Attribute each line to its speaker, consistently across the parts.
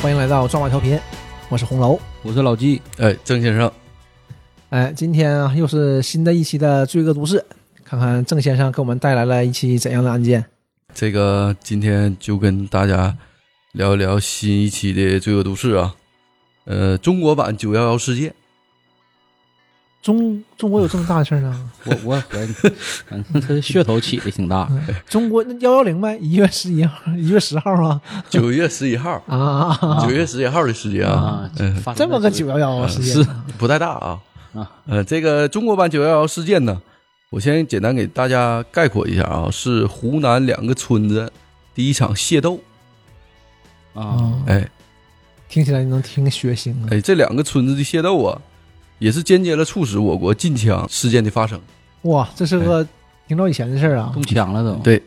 Speaker 1: 欢迎来到抓马调频，我是红楼。
Speaker 2: 我是老纪，
Speaker 3: 哎，郑先生，
Speaker 1: 哎，今天啊又是新的一期的《罪恶都市》，看看郑先生给我们带来了一起怎样的案件？
Speaker 3: 这个今天就跟大家聊一聊新一期的《罪恶都市》啊，呃，中国版《九幺幺事 件》。
Speaker 1: 中中国有这么大的事儿呢？
Speaker 2: 我我我，反正这噱头起的挺大。
Speaker 1: 中国幺幺零呗，一月十一号，一月十号啊，
Speaker 3: 九月十一号
Speaker 1: 啊，
Speaker 3: 九月十一号的时间啊，嗯、
Speaker 2: 发生
Speaker 1: 这么
Speaker 2: 在
Speaker 1: 个九幺幺事
Speaker 2: 是
Speaker 1: 件啊
Speaker 3: 不太大啊。
Speaker 2: 啊，
Speaker 3: 呃，这个中国版九幺幺事件呢，我先简单给大家概括一下啊，是湖南两个村子第一场械斗。
Speaker 2: 啊，
Speaker 1: 啊，
Speaker 3: 哎
Speaker 1: 听起来能听血腥啊！
Speaker 3: 哎，这两个村子的械斗啊，也是间接了促使我国禁枪事件的发生。
Speaker 1: 哇，这是个挺早以前的事儿啊
Speaker 2: 哎中枪了都。
Speaker 3: 对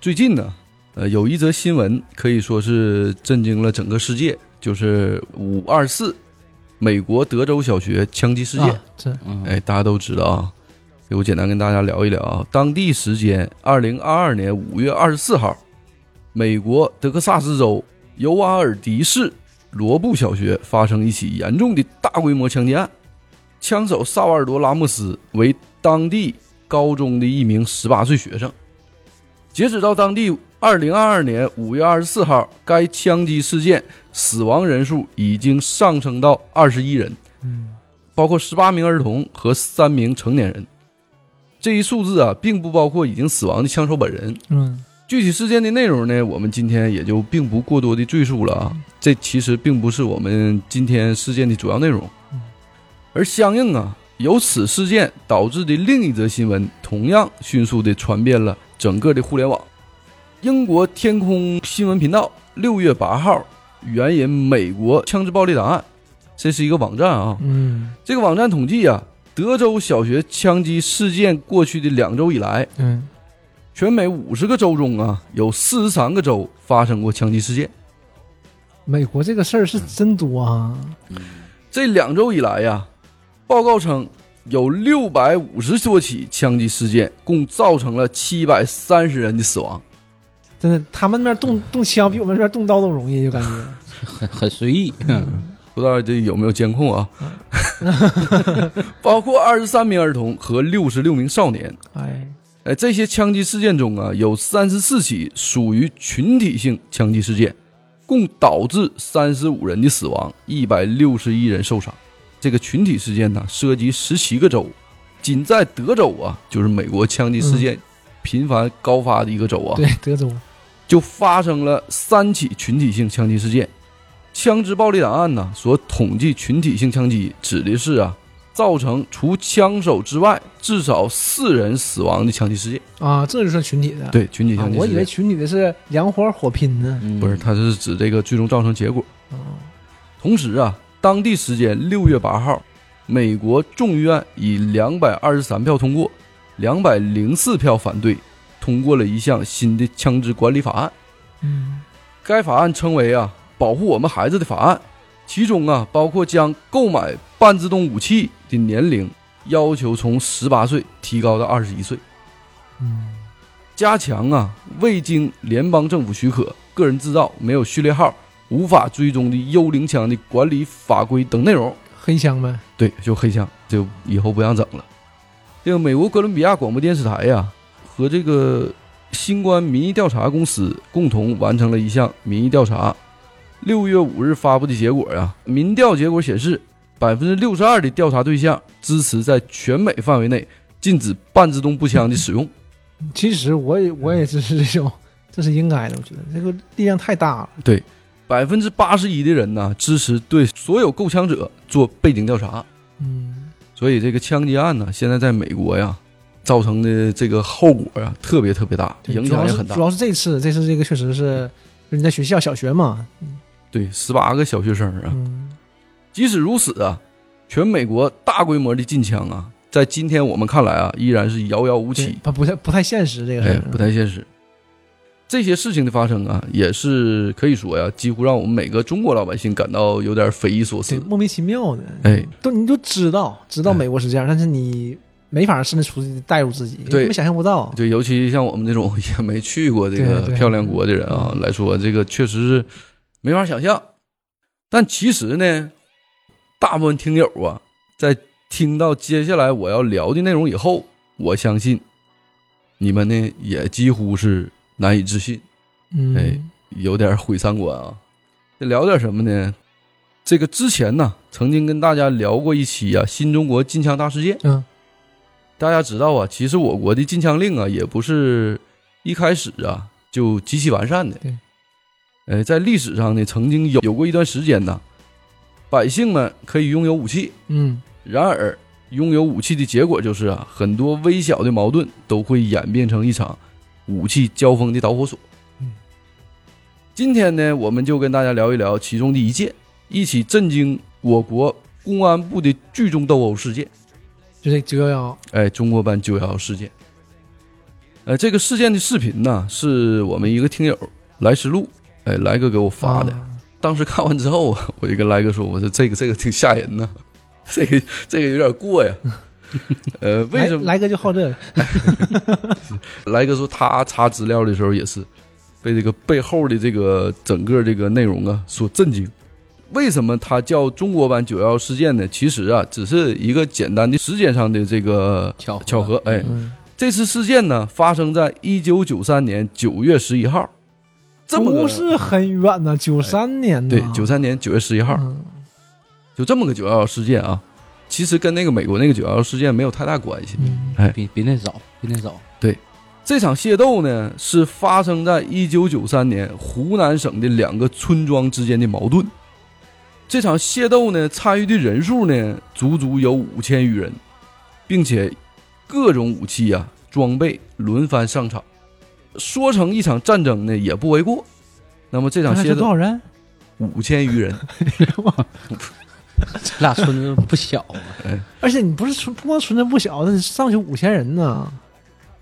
Speaker 3: 最近呢，呃，有一则新闻可以说是震惊了整个世界，就是五二四美国德州小学枪击事件。
Speaker 1: 啊！这
Speaker 2: 嗯，
Speaker 3: 哎，大家都知道啊，所以我简单跟大家聊一聊啊。当地时间二零二二年五月二十四号，美国德克萨斯州尤瓦尔迪市罗布小学发生一起严重的大规模枪击案，枪手萨瓦尔多·拉莫斯为当地高中的一名十八岁学生。截止到当地二零二二年五月二十四号，该枪击事件死亡人数已经上升到二十一人。
Speaker 1: 嗯
Speaker 3: 包括十八名儿童和三名成年人。这一数字啊，并不包括已经死亡的枪手本人。
Speaker 1: 嗯，
Speaker 3: 具体事件的内容呢，我们今天也就并不过多的赘述了啊。这其实并不是我们今天事件的主要内容
Speaker 1: 嗯。
Speaker 3: 而相应啊，由此事件导致的另一则新闻，同样迅速的传遍了整个的互联网。英国天空新闻频道六月八号援引美国枪支暴力档案，这是一个网站啊，
Speaker 1: 嗯
Speaker 3: 这个网站统计啊，德州小学枪击事件过去的两周以来，
Speaker 1: 嗯
Speaker 3: 全美五十个州中啊，有四十三个州发生过枪击事件。
Speaker 1: 美国这个事儿是真多啊！
Speaker 3: 这两周以来呀、报告称有六百五十多起枪击事件，共造成了七百三十人的死亡。
Speaker 1: 真的，他们那边动动枪比我们这边动刀都容易，就感觉。
Speaker 3: 哎
Speaker 2: 很很随意。
Speaker 3: 不知道这有没有监控啊？ 包括二十三名儿童和六十六名少年。
Speaker 1: 哎，
Speaker 3: 哎，这些枪击事件中啊，有三十四起属于群体性枪击事件，共导致三十五人的死亡，一百六十一人受伤。这个群体事件呢，涉及十七个州，仅在德州啊，就是美国枪击事件频繁高发的一个州啊，
Speaker 1: 对，德州，
Speaker 3: 就发生了三起群体性枪击事件。枪支暴力档案呢所统计群体性枪击指的是啊，造成除枪手之外至少四人死亡的枪击事件。
Speaker 1: 啊，这就算群体的。
Speaker 3: 对，群体
Speaker 1: 啊
Speaker 3: 性、，
Speaker 1: 我以为群体的是两伙火拼呢。
Speaker 2: 嗯
Speaker 3: 不是，它是指这个最终造成结果。
Speaker 1: 啊，
Speaker 3: 同时啊，当地时间六月八号，美国众议院以两百二十三票通过，两百零四票反对，通过了一项新的枪支管理法案。
Speaker 1: 嗯，
Speaker 3: 该法案称为啊“保护我们孩子的法案”，其中啊包括将购买半自动武器的年龄要求从十八岁提高到二十一岁。
Speaker 1: 嗯，
Speaker 3: 加强啊未经联邦政府许可、个人制造、没有序列号、无法追踪的幽灵枪的管理法规等内容。
Speaker 1: 黑箱呗。
Speaker 3: 对，就黑枪，就以后不让整了。这个美国哥伦比亚广播电视台呀、和这个新冠民意调查公司共同完成了一项民意调查。六月五日发布的结果呀、民调结果显示，百分之六十二的调查对象支持在全美范围内禁止半自动步枪的使用。
Speaker 1: 其实我也我也支持这种， 这是应该的，我觉得这个力量太大了。
Speaker 3: 百分之八十一的人呢支持对所有购枪者做背景调查，
Speaker 1: 嗯，
Speaker 3: 所以这个枪击案呢，现在在美国呀造成的这个后果呀特别特别大，
Speaker 1: 对
Speaker 3: 影响也很
Speaker 1: 主要是
Speaker 3: 大。
Speaker 1: 主要是这次，这次这个确实是就是你在学校小学嘛，
Speaker 3: 对，十八个小学生啊，
Speaker 1: 嗯，
Speaker 3: 即使如此啊，全美国大规模的禁枪啊，在今天我们看来啊，依然是遥遥无
Speaker 1: 对
Speaker 3: 期，
Speaker 1: 不不太不太现实这个事
Speaker 3: 哎
Speaker 1: 儿，，
Speaker 3: 不太现实。这些事情的发生啊，也是可以说呀，几乎让我们每个中国老百姓感到有点匪夷所
Speaker 1: 对
Speaker 3: 思。
Speaker 1: 莫名其妙的，
Speaker 3: 哎，
Speaker 1: 都你都知道知道
Speaker 3: 哎
Speaker 1: 美国是这样，但是你没法身处地带入自己，
Speaker 3: 对
Speaker 1: 根本想象不到。
Speaker 3: 对，尤其像我们这种 也没去过这个
Speaker 1: 对对嗯
Speaker 3: 漂亮国的人啊来说，这个确实是没法想象。但其实呢，大部分听友啊，在听到接下来我要聊的内容以后，我相信你们呢也几乎是难以置信，
Speaker 1: 嗯，
Speaker 3: 哎有点毁三观啊。这聊点什么呢？这个之前呢，曾经跟大家聊过一期啊，新中国禁枪大事件。
Speaker 1: 嗯，
Speaker 3: 大家知道啊，其实我国的禁枪令啊，也不是一开始啊就极其完善的。
Speaker 1: 对，
Speaker 3: 呃，在历史上呢，曾经有有过一段时间呢，百姓们可以拥有武器，
Speaker 1: 嗯，
Speaker 3: 然而拥有武器的结果就是啊，很多微小的矛盾都会演变成一场武器交锋的导火索
Speaker 1: 嗯。
Speaker 3: 今天呢，我们就跟大家聊一聊其中的一件，一起震惊我国公安部的聚众斗殴事件。
Speaker 1: 就这九幺幺，
Speaker 3: 哎，中国版九幺幺事件。呃，这个事件的视频呢，是我们一个听友来时路，哎，来哥给我发的。
Speaker 1: 啊
Speaker 3: 当时看完之后 啊，我就跟来哥说：“我说这个这个挺吓人呐， 这个这个有点过 呀。”呃，为什么？
Speaker 1: 来来哥就好这个？
Speaker 3: 来哥说他查资料的时候也是被这个背后的这个整个这个内容啊所震惊。为什么它叫中国版九幺幺事件呢？其实啊，只是一个简单的时间上的这个
Speaker 2: 巧合
Speaker 3: 巧合。哎，
Speaker 1: 嗯，
Speaker 3: 这次事件呢，发生在一九九三年九月十一号，这么个
Speaker 1: 不是很远呐，哎九三年呐
Speaker 3: 对，九三年九月十一号，
Speaker 1: 嗯
Speaker 3: 就这么个九幺幺事件啊。其实跟那个美国那个九幺幺事件没有太大关系。
Speaker 1: 嗯
Speaker 2: 比比那早，比那早。
Speaker 3: 这场械斗呢，是发生在一九九三年湖南省的两个村庄之间的矛盾。这场械斗呢，参与的人数呢，足足有五千余人，并且各种武器啊、装备轮番上场。说成一场战争呢，也不为过。那么这场
Speaker 1: 刚才
Speaker 3: 械
Speaker 1: 是多
Speaker 3: 斗
Speaker 1: 少 人？
Speaker 3: 五千余人，
Speaker 2: 这俩村子不 小啊，
Speaker 1: 而且你不是村，不光村子不小，那上去五千人呢，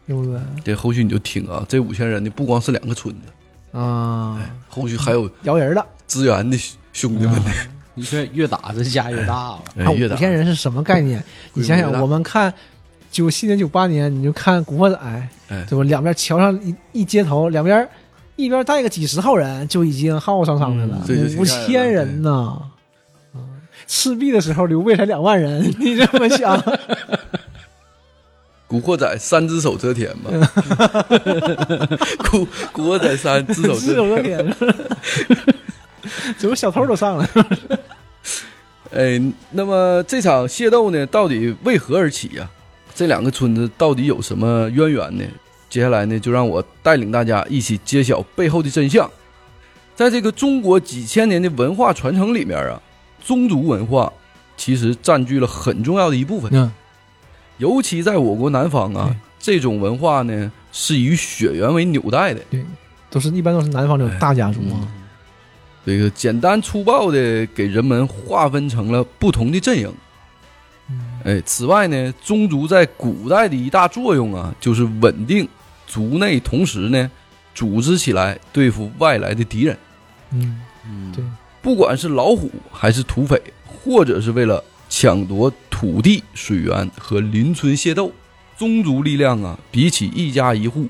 Speaker 1: 对不对？
Speaker 3: 这后续你就听啊，这五千人呢，不光是两个村子，
Speaker 1: 啊，
Speaker 3: 后续还有
Speaker 1: 摇人了。
Speaker 3: 支援的兄弟们呢。
Speaker 2: 嗯你这越打这家越大了。
Speaker 3: 哎
Speaker 1: 啊，
Speaker 3: 越打
Speaker 1: 五千人是什么概 念？
Speaker 3: 规模
Speaker 1: 你想想
Speaker 3: 越，大
Speaker 1: 我们看九七年、九八年，你就看《古惑仔》
Speaker 3: 哎，
Speaker 1: 对吧？两边桥上一一街头，两边一边带个几十号人，就已经浩浩荡荡的了
Speaker 2: 嗯
Speaker 3: 这就，挺
Speaker 1: 五
Speaker 3: 吓人的
Speaker 1: 千人呐！嗯赤壁的时候，刘备才两万人， 你这么 想，
Speaker 3: 古惑仔三只手遮天 嘛，古古惑仔三只手
Speaker 1: 只
Speaker 3: 遮
Speaker 1: 手遮
Speaker 3: 天。
Speaker 1: 天， 怎么小偷都上来了？
Speaker 3: 哎，那么这场械斗呢，到底为何而起呀、这两个村子到底有什么渊源呢？接下来呢，就让我带领大家一起揭晓背后的真相。在这个中国几千年的文化传承里面啊，宗族文化其实占据了很重要的一部分。
Speaker 1: 嗯
Speaker 3: 尤其在我国南方啊
Speaker 1: 对，
Speaker 3: 这种文化呢是以血缘为纽带的。
Speaker 1: 对，都是一般都是南方
Speaker 3: 哎
Speaker 1: 这种大家族啊，
Speaker 3: 这个简单粗暴的给人们划分成了不同的阵营。哎，此外呢，宗族在古代的一大作用啊，就是稳定族内，同时呢，组织起来对付外来的敌人。
Speaker 1: 嗯，
Speaker 2: 嗯，
Speaker 1: 对
Speaker 3: 不管是老虎还是土匪，或者是为了抢夺土地、水源和邻村械斗，宗族力量啊，比起一家一户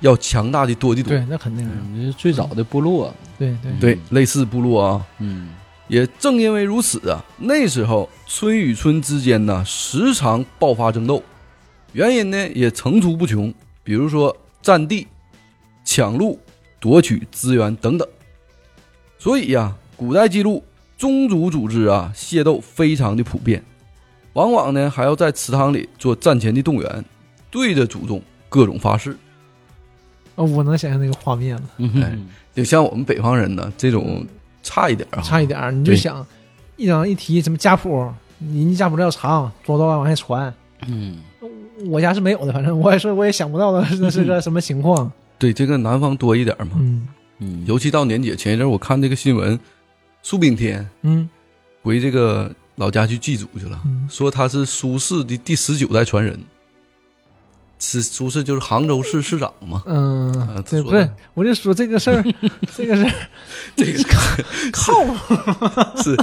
Speaker 3: 要强大的多得多。
Speaker 1: 对，那肯定的，
Speaker 2: 嗯，这是最早的部落。
Speaker 1: 对对，
Speaker 3: 对，类似部落啊，
Speaker 2: 嗯，
Speaker 3: 也正因为如此啊，那时候村与村之间呢，时常爆发争斗，原因呢也层出不穷，比如说占地、抢路、夺取资源等等。所以呀、古代记录宗族组织啊械斗非常的普遍，往往呢还要在祠堂里做战前的动员，对着祖宗各种发誓。
Speaker 1: 哦，我能想象那个画面了。
Speaker 2: 嗯
Speaker 3: 哎就像我们北方人呢，这种差一点儿啊，
Speaker 1: 差一点儿，你就
Speaker 3: 对
Speaker 1: 想一整一提什么家谱，人家家谱料长，多多往下传。
Speaker 2: 嗯，
Speaker 1: 我家是没有的，反正 我也是我也想不到的， 那
Speaker 3: 嗯
Speaker 1: 是个什么情况？
Speaker 3: 对这个南方多一点儿嘛。
Speaker 1: 嗯
Speaker 2: 嗯，
Speaker 3: 尤其到年节前一阵，我看这个新闻，苏炳添
Speaker 1: 嗯
Speaker 3: 回这个老家去祭祖去了，
Speaker 1: 嗯？
Speaker 3: 说他是苏轼的第十九代传人。是苏轼就是杭州市市长嘛
Speaker 1: 嗯
Speaker 3: 啊，
Speaker 1: 对，
Speaker 3: 说
Speaker 1: 不是
Speaker 3: 的，
Speaker 1: 我就说这个事儿， 这个事儿
Speaker 3: 这 个
Speaker 1: 靠谱，
Speaker 3: 是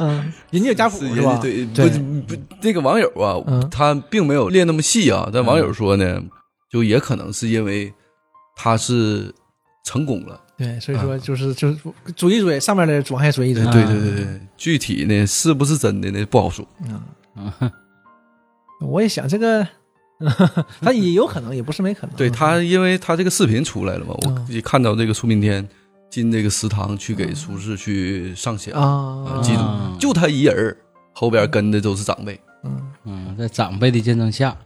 Speaker 1: 嗯，人家有家谱
Speaker 3: 是
Speaker 1: 是
Speaker 3: 人家
Speaker 1: 吧？
Speaker 3: 对
Speaker 1: 对
Speaker 3: 不不，这个网友啊，
Speaker 1: 嗯
Speaker 3: 他并没有列那么细啊，但网友说呢，就也可能是因为他是成功了，
Speaker 1: 对，所以说就是就是追一追，上面的总还追一追
Speaker 3: 哎
Speaker 2: 啊
Speaker 3: 对对对对，具体呢是不是真的呢不好说。
Speaker 1: 啊。
Speaker 2: 啊，
Speaker 1: 我也想这个， 他也有可能，也不是没可能。
Speaker 3: 对他，因为他这个视频出来了嘛，
Speaker 1: 嗯
Speaker 3: 我也看到这个苏炳添进这个食堂去给苏轼去上香，
Speaker 1: 啊，
Speaker 3: 记住
Speaker 2: 啊
Speaker 3: 就他一人儿，后边跟的都是长辈。
Speaker 1: 嗯，
Speaker 2: 嗯，在长辈的见证下，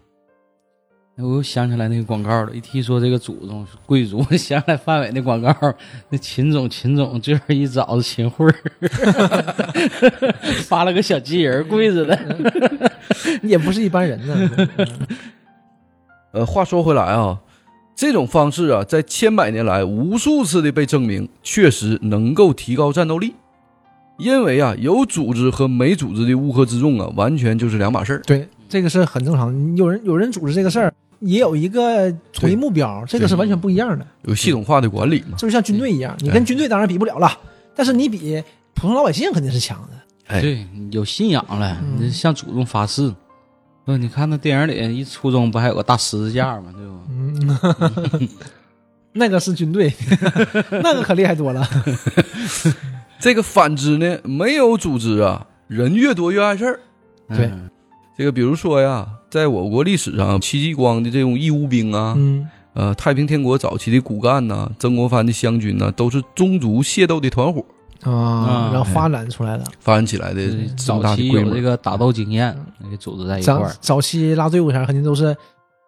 Speaker 2: 哎我又想起来那个广告了。一提说这个祖宗是贵族， 我想起来范伟那广告，那秦总秦总这边一找是秦桧儿， 发了个小机器人儿跪着的。
Speaker 1: 也不是一般人呢。 嗯
Speaker 3: 呃，话说回来啊，这种方式啊，在千百年来无数次的被证明，确实能够提高战斗力。因为啊，有组织和没组织的乌合之众啊，完全就是两码事儿。
Speaker 1: 对，这个是很正常。有人有人组织这个事儿，也有一个统一目标，这个是完全不一样的。
Speaker 3: 有系统化的管理嘛。
Speaker 1: 这就像军队一样，你跟军队当然比不了了，但是你比普通老百姓肯定是强的。
Speaker 3: 哎嗯
Speaker 2: 对，有信仰了，你这向祖宗发誓。嗯，你看那电影里一初中不还有个大十字架吗？对不？
Speaker 1: 嗯， 那个是军队， 那个可厉害多了。
Speaker 2: 啊
Speaker 3: 这个反之呢，没有组织啊，人越多越碍事儿。
Speaker 1: 对
Speaker 2: 嗯，
Speaker 3: 这个比如说呀，在我国历史上，戚继光的这种义乌兵啊，
Speaker 1: 嗯，
Speaker 3: 呃，太平天国早期的骨干呐、曾国藩的湘军呐、都是宗族械斗的团伙
Speaker 1: 啊，
Speaker 2: 啊
Speaker 1: 然后发展出来了。
Speaker 3: 发展起来的
Speaker 2: 就是
Speaker 3: 这么大
Speaker 2: 早
Speaker 3: 的
Speaker 2: 期
Speaker 3: 规
Speaker 2: 有
Speaker 3: 模嗯
Speaker 2: 这。个打斗经验，给组织在一块
Speaker 1: 早
Speaker 2: 儿。
Speaker 1: 早期拉队伍前肯定都是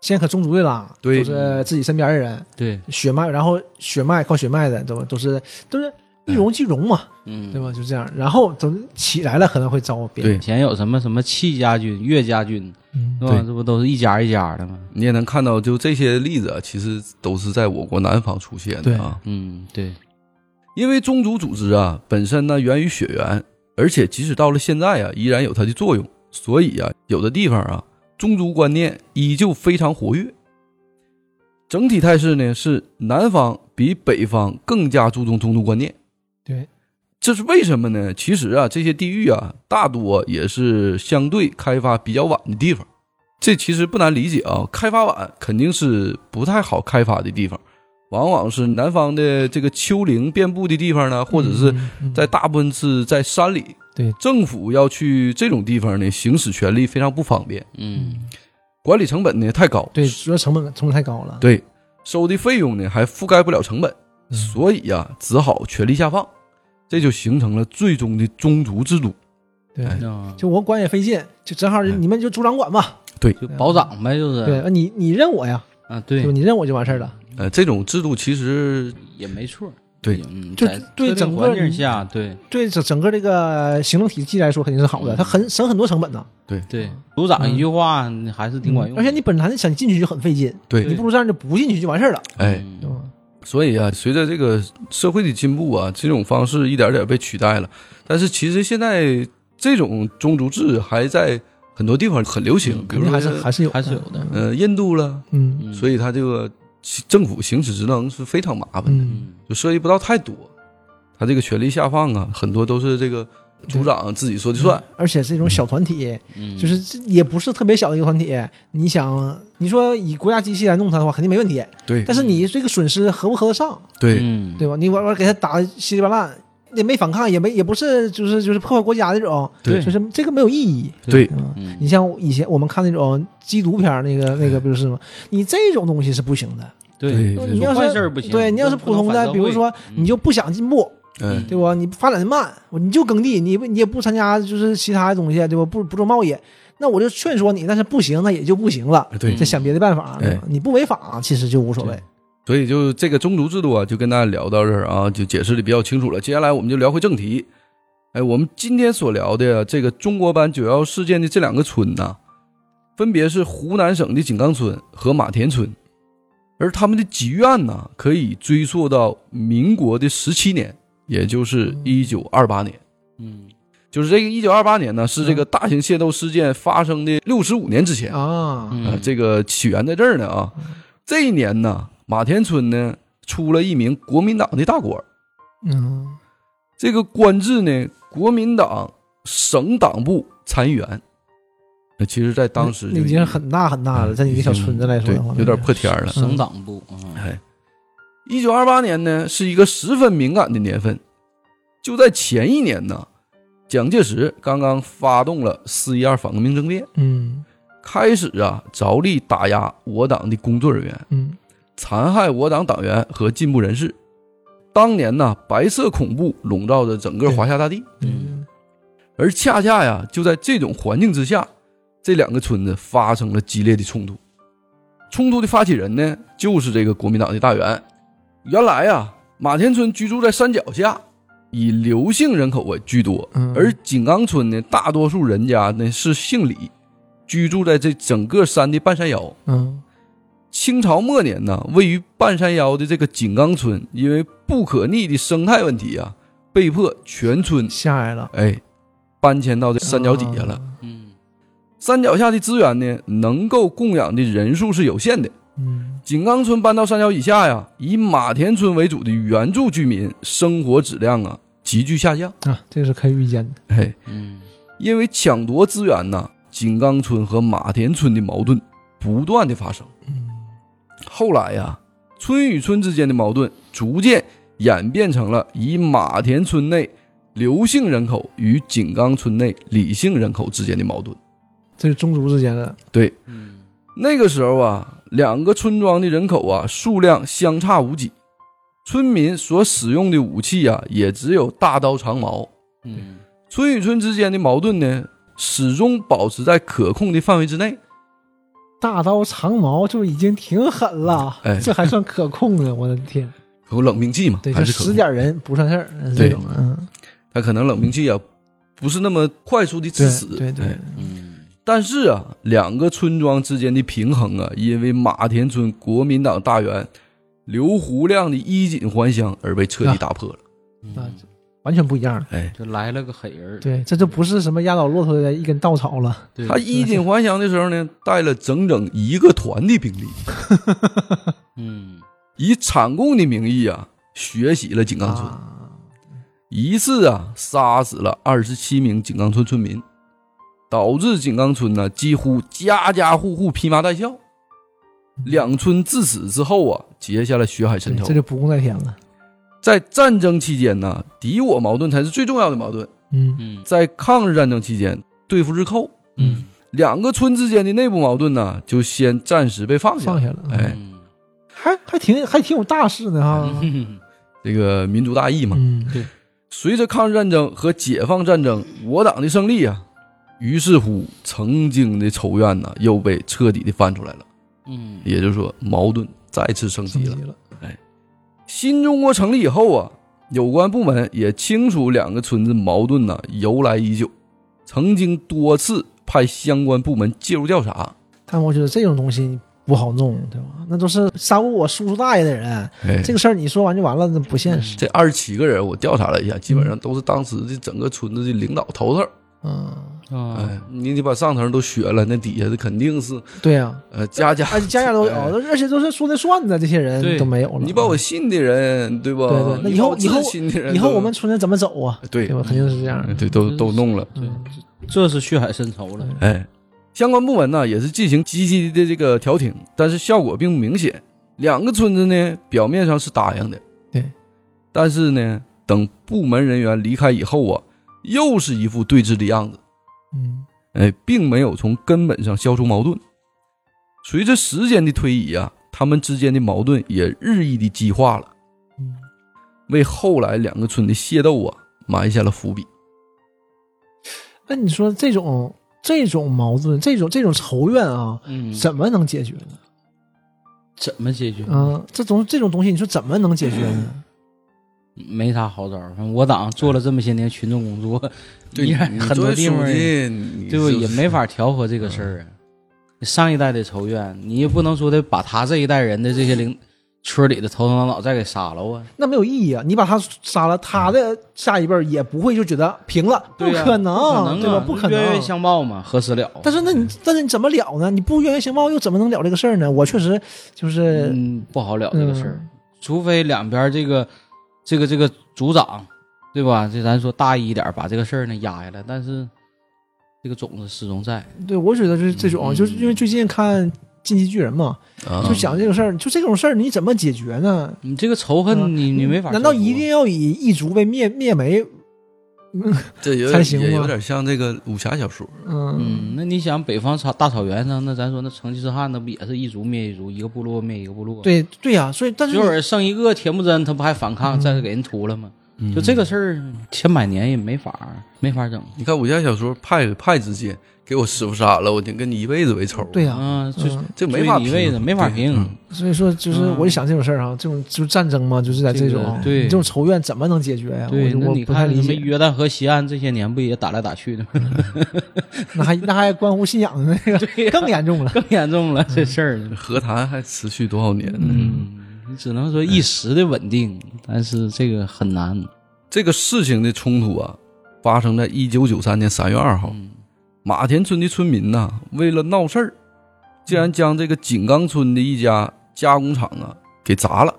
Speaker 1: 先可宗族的拉，
Speaker 3: 对
Speaker 1: 都是自己身边的人
Speaker 2: 对，
Speaker 1: 血脉，然后血脉靠血脉的都都是都是一荣俱荣嘛，
Speaker 2: 嗯
Speaker 1: 对，吧？就这样，然后等起来了可能会招别
Speaker 3: 对
Speaker 1: 人。
Speaker 2: 以前有什么什么戚家军、岳家军，
Speaker 1: 嗯
Speaker 2: 是吧？
Speaker 3: 对
Speaker 2: 这不都是一家一家的吗？
Speaker 3: 你也能看到，就这些例子啊，其实都是在我国南方出现的啊。
Speaker 2: 嗯，对，
Speaker 3: 因为宗族组织啊，本身呢源于血缘，而且即使到了现在啊，依然有它的作用。所以啊，有的地方啊，宗族观念依旧非常活跃。整体态势呢是南方比北方更加注重宗族观念，
Speaker 1: 对，
Speaker 3: 这是为什么呢？其实啊，这些地域啊，大多也是相对开发比较晚的地方。这其实不难理解啊，开发晚肯定是不太好开发的地方，往往是南方的这个丘陵遍布的地方呢，或者是
Speaker 1: 嗯嗯
Speaker 3: 在大部分是在山里。
Speaker 1: 对
Speaker 3: 政府要去这种地方呢，行使权力非常不方便，
Speaker 2: 嗯，
Speaker 3: 管理成本呢太高，
Speaker 1: 对，主要成本成本太高了。
Speaker 3: 对，收的费用呢还覆盖不了成本，
Speaker 1: 嗯
Speaker 3: 所以啊，只好权力下放，这就形成了最终的宗族制度。
Speaker 1: 嗯对，
Speaker 3: 哎
Speaker 2: 啊
Speaker 1: 就我管也费劲，就正好你们就组长管吧。
Speaker 2: 就保长呗，就是
Speaker 1: 对，你你认我呀，
Speaker 2: 啊，
Speaker 1: 对吧？
Speaker 2: 嗯对，
Speaker 1: 你认我就完事儿了。
Speaker 3: 呃，这种制度其实
Speaker 2: 也没错。
Speaker 3: 对
Speaker 2: 嗯，
Speaker 1: 就
Speaker 2: 在
Speaker 1: 对
Speaker 2: 特定
Speaker 1: 整个嗯
Speaker 2: 环境下，对
Speaker 1: 对整整个这个行政体系来说肯定是好的，
Speaker 2: 嗯
Speaker 1: 它很省很多成本呢。
Speaker 2: 对，组长一句话还是挺管用
Speaker 1: 嗯
Speaker 2: 的。
Speaker 1: 而且你本来想进去就很费劲，
Speaker 3: 对
Speaker 1: 你不如这样就不进去就完事儿了。
Speaker 3: 哎，
Speaker 2: 嗯
Speaker 1: 对吧
Speaker 3: 所以啊，随着这个社会的进步啊，这种方式一点点被取代了。但是其实现在这种宗族制还在很多地方很流行，
Speaker 2: 嗯
Speaker 3: 比
Speaker 1: 肯
Speaker 3: 如
Speaker 1: 定还
Speaker 3: 说
Speaker 1: 是还是有
Speaker 2: 还是有的
Speaker 3: 呃印度了，
Speaker 1: 嗯
Speaker 2: 嗯
Speaker 3: 所以它这个其政府行使职能是非常麻烦的，
Speaker 1: 嗯，
Speaker 2: 嗯，
Speaker 3: 就涉及不到太多。它这个权力下放啊，很多都是这个族长自己说的算。
Speaker 1: 嗯而且这种小团体，
Speaker 2: 嗯
Speaker 1: 就是这也不是特别小的一个团体，你想，你说以国家机器来弄它的话，肯定没问题，
Speaker 3: 嗯对
Speaker 1: 但是你这个损失合不合得上，
Speaker 3: 对
Speaker 2: 嗯，
Speaker 1: 对吧？你玩玩给他打得稀里巴烂，也没反抗，也没也不是就是就是破坏国家那种，
Speaker 2: 对
Speaker 1: 就是这个没有意义。
Speaker 3: 对
Speaker 1: 嗯，
Speaker 2: 嗯
Speaker 1: 你像以前我们看那种缉毒片儿，那个那个不就是吗？你这种东西是不行的。
Speaker 3: 对
Speaker 2: 对，
Speaker 3: 这
Speaker 1: 你
Speaker 3: 种
Speaker 1: 要
Speaker 2: 坏事
Speaker 1: 是
Speaker 2: 儿不行
Speaker 1: 对你要是普通的，比如说你就不想进步，
Speaker 3: 嗯
Speaker 1: 对吧？你发展的慢，我你就耕地，你不你也不参加就是其他的东西，啊对吧？不不做贸易，那我就劝说你，但是不行，那也就不行了，
Speaker 3: 对
Speaker 1: 再想别的办法。对
Speaker 3: 哎
Speaker 1: 吧你不违法，啊其实就无所谓。
Speaker 3: 所以就这个宗族制度啊，就跟大家聊到这儿啊，就解释的比较清楚了。接下来我们就聊回正题。哎，我们今天所聊的啊这个中国版九幺事件的这两个村呐，分别是湖南省的井冈村和马田村，而他们的积怨呢，可以追溯到民国的十七年，也就是一九二八年。
Speaker 2: 嗯
Speaker 3: 就是这个一九二八年呢，是这个大型械斗事件发生的六十五年之前啊。
Speaker 1: 啊
Speaker 3: 啊，
Speaker 2: 嗯，
Speaker 3: 这个起源在这儿呢啊。这一年呢，马田村呢出了一名国民党的大官儿，
Speaker 1: 嗯
Speaker 3: 这个官至呢国民党省党部参议员。那其实，在当时
Speaker 1: 那
Speaker 3: 就嗯
Speaker 1: 已经很大很大了，在你一个小村子来说
Speaker 3: 对
Speaker 1: 的话，，
Speaker 3: 有点破天儿了。
Speaker 2: 省党部啊，
Speaker 3: 哎，一九二八年呢，是一个十分敏感的年份。就在前一年呢，蒋介石刚刚发动了四一二反革命政变，
Speaker 1: 嗯
Speaker 3: 开始啊着力打压我党的工作人员，
Speaker 1: 嗯
Speaker 3: 残害我党党员和进步人士。当年呢，白色恐怖笼罩着整个华夏大地，
Speaker 1: 嗯
Speaker 3: 而恰恰呀，就在这种环境之下，这两个村子发生了激烈的冲突。冲突的发起人呢，就是这个国民党的大员。原来呀，马田村居住在山脚下，以刘姓人口为居多，
Speaker 1: 嗯
Speaker 3: 而井冈村呢，大多数人家呢是姓李，居住在这整个山的半山腰。
Speaker 1: 嗯
Speaker 3: 清朝末年呢，位于半山腰的这个井冈村，因为不可逆的生态问题啊，被迫全村
Speaker 1: 下来嗯了，
Speaker 3: 哎，搬迁到这山脚底下了。
Speaker 1: 啊，
Speaker 2: 嗯
Speaker 3: 山脚下的资源呢，能够供养的人数是有限的。
Speaker 1: 嗯
Speaker 3: 井冈村搬到山脚以下呀，以马田村为主的原住居民生活质量啊急剧下降。
Speaker 1: 啊，这是可以预见的，
Speaker 3: 嘿，
Speaker 2: 嗯
Speaker 3: 因为抢夺资源呐，井冈村和马田村的矛盾不断的发生。
Speaker 1: 嗯
Speaker 3: 后来呀，村与村之间的矛盾逐渐演变成了以马田村内刘姓人口与井冈村内李姓人口之间的矛盾。
Speaker 1: 这是宗族之间的，
Speaker 2: 嗯
Speaker 3: 那个时候啊，两个村庄的人口啊数量相差无几，村民所使用的武器啊也只有大刀长矛。
Speaker 2: 嗯
Speaker 3: 村与村之间的矛盾呢，始终保持在可控的范围之内。
Speaker 1: 大刀长矛就已经挺狠了，
Speaker 3: 哎
Speaker 1: 这还算可控呢，我的天，
Speaker 3: 有冷兵器嘛，
Speaker 1: 对，
Speaker 3: 还
Speaker 1: 就是
Speaker 3: 可
Speaker 1: 使
Speaker 3: 控。
Speaker 1: 点人不算事儿，这
Speaker 3: 对
Speaker 1: 种，嗯，
Speaker 3: 他可能冷兵器啊，不是那么快速的致
Speaker 1: 对
Speaker 3: 死。
Speaker 1: 对对
Speaker 3: 哎，
Speaker 2: 嗯
Speaker 3: 但是啊，两个村庄之间的平衡啊，因为马田村国民党大员刘胡亮的衣锦还乡而被彻底
Speaker 1: 啊
Speaker 3: 打破了。
Speaker 1: 啊
Speaker 2: 嗯，
Speaker 1: 完全不一样了，
Speaker 3: 哎，
Speaker 2: 就来了个狠人儿，
Speaker 1: 对，这就不是什么压倒骆驼的一根稻草了，
Speaker 2: 对
Speaker 3: 他衣锦还乡的时候呢，带了整整一个团的兵力，
Speaker 2: 嗯
Speaker 3: 以产共的名义啊，学习了井冈村，
Speaker 1: 啊，
Speaker 3: 一次啊杀死了二十七名井冈村村民，导致井冈村呢几乎家家户户披麻戴孝。两村自此之后啊，结下了血海深
Speaker 1: 对
Speaker 3: 仇
Speaker 1: 这。就不共戴天了，
Speaker 3: 在战争期间呢，敌我矛盾才是最重要的矛盾。
Speaker 1: 嗯
Speaker 2: 嗯
Speaker 3: 在抗日战争期间，对付日寇，
Speaker 2: 嗯
Speaker 3: 两个村之间的内部矛盾呢，就先暂时被放下了。
Speaker 1: 放下了，嗯
Speaker 3: 哎，
Speaker 2: 嗯
Speaker 1: 还还挺还挺有大事呢哈，
Speaker 2: 嗯
Speaker 3: 这个民族大义嘛，
Speaker 1: 嗯
Speaker 3: 随着抗日战争和解放战争我党的胜利啊，于是乎曾经的仇怨呢又被彻底的翻出来了，
Speaker 2: 嗯
Speaker 3: 也就是说矛盾再次升级了
Speaker 1: 升。了，
Speaker 3: 新中国成立以后啊，有关部门也清楚两个村子矛盾呢由来已久，曾经多次派相关部门介入调查。
Speaker 1: 但我觉得这种东西不好弄，对吧？那都是杀过我叔叔大爷的人，
Speaker 3: 哎，
Speaker 1: 这个事儿你说完就完了，那不现实。
Speaker 3: 这二十七个人我调查了一下，基本上都是当时的整个村子的领导头头。
Speaker 1: 嗯，
Speaker 3: 哎
Speaker 2: 啊，
Speaker 3: 你得把上头都削了，那底下的肯定是
Speaker 1: 对 呀、
Speaker 3: 呃家家
Speaker 1: 而且家家都有，
Speaker 3: 哎
Speaker 1: 而且都是说的算的，这些
Speaker 2: 对
Speaker 1: 人都没有了。
Speaker 3: 你把我信的人，对吧？
Speaker 1: 嗯对对那
Speaker 3: 你
Speaker 1: 以后
Speaker 3: 把我自
Speaker 1: 以后
Speaker 3: 信的人都，哎
Speaker 1: 以后我们村子怎么走啊？
Speaker 3: 对
Speaker 1: 对吧？肯定是这样嗯
Speaker 3: 哎。对都都弄了。
Speaker 2: 对，这这是血海深仇了，
Speaker 3: 哎，相关部门呢也是进行积极的这个调停，但是效果并不明显。两个村子呢表面上是答应的，
Speaker 1: 对，
Speaker 3: 但是呢等部门人员离开以后啊，又是一副对峙的样子。
Speaker 1: 嗯
Speaker 3: 哎，并没有从根本上消除矛盾。随着时间的推移啊，他们之间的矛盾也日益的激化了，
Speaker 1: 嗯
Speaker 3: 为后来两个村的械斗啊埋下了伏笔。
Speaker 1: 那哎你说这种这种矛盾，这种这种仇怨啊，
Speaker 2: 嗯，
Speaker 1: 怎么能解决呢？
Speaker 2: 怎么解决？
Speaker 1: 嗯，这种这种东西，你说怎么能解决
Speaker 2: 嗯
Speaker 1: 呢？
Speaker 2: 没啥好招儿，反正我党做了这么些年群众工作， 依然很多地方儿
Speaker 3: 对
Speaker 2: 对吧也没法调和这个事儿
Speaker 1: 嗯
Speaker 2: 啊。上一代的仇怨，你也不能说的把他这一代人的这些领村里的头头脑脑再给杀了啊。
Speaker 1: 那没有意义啊！你把他杀了，他的下一辈儿也不会就觉得平了，
Speaker 2: 嗯对呀
Speaker 1: 可能，
Speaker 2: 不可
Speaker 1: 哦对
Speaker 2: 能啊
Speaker 1: 吧？不可能，
Speaker 2: 冤冤相报嘛，何时了？
Speaker 1: 但是那你但是你怎么了呢？你不冤冤相报又怎么能了这个事儿呢？我确实就是，
Speaker 2: 嗯，不好了这个事儿，除非两边这个这个这个组长，对吧？这咱说大意一点儿，把这个事儿呢压下来，但是这个种子始终在。
Speaker 1: 嗯对我觉得就是这种，
Speaker 2: 嗯
Speaker 1: 就是因为最近看进击巨人嘛，
Speaker 3: 啊
Speaker 1: 就想这个事儿，就这种事儿你怎么解决呢？
Speaker 2: 你这个仇恨
Speaker 1: 嗯
Speaker 2: 你你没法消除啊，
Speaker 1: 难道一定要以一族被灭灭没？
Speaker 3: 这有
Speaker 1: 才
Speaker 3: 点
Speaker 1: 行
Speaker 3: 也
Speaker 1: 吗
Speaker 3: 有点像这个武侠小说，
Speaker 1: 嗯，
Speaker 2: 嗯，那你想北方草大草原上，那咱说那成吉思汗那不也是一族灭一族，一个部落灭一个部落，，
Speaker 1: 对对呀、所以但是嗯
Speaker 2: 最后剩一个铁木真，他不还反抗，再给人屠了吗？就这个事儿，千百年也没法儿没法整。
Speaker 3: 你看武侠小说派派之间给我师傅杀了，我得跟你一辈子为仇。
Speaker 1: 对呀、
Speaker 2: 啊，就
Speaker 1: 嗯
Speaker 3: 这没法
Speaker 2: 一辈子
Speaker 3: 评
Speaker 2: 没法
Speaker 3: 对
Speaker 2: 评。
Speaker 3: 嗯
Speaker 1: 所以说就是
Speaker 2: 嗯
Speaker 1: 我就想这种事儿啊，这种就是战争嘛，就是在这
Speaker 2: 这个
Speaker 1: 种
Speaker 2: 对
Speaker 1: 你这种仇怨怎么能解决呀、我
Speaker 2: 对，
Speaker 1: 就
Speaker 2: 那
Speaker 1: 我
Speaker 2: 你
Speaker 1: 不太
Speaker 2: 看
Speaker 1: 理
Speaker 2: 什
Speaker 1: 解，
Speaker 2: 么约旦河西岸这些年不也打来打去的吗？
Speaker 1: 那还那还关乎信仰的那个
Speaker 2: 对呀
Speaker 1: 更严重了。
Speaker 2: 更严重了这事儿。
Speaker 3: 和谈还持续多少年呢？
Speaker 2: 嗯，你只能说一时的稳定，但是这个很难。
Speaker 3: 这个事情的冲突啊，发生在一九九三年三月二号，
Speaker 2: 嗯
Speaker 3: 马田村的村民呐、为了闹事儿，竟然将这个井冈村的一家加工厂啊给砸了。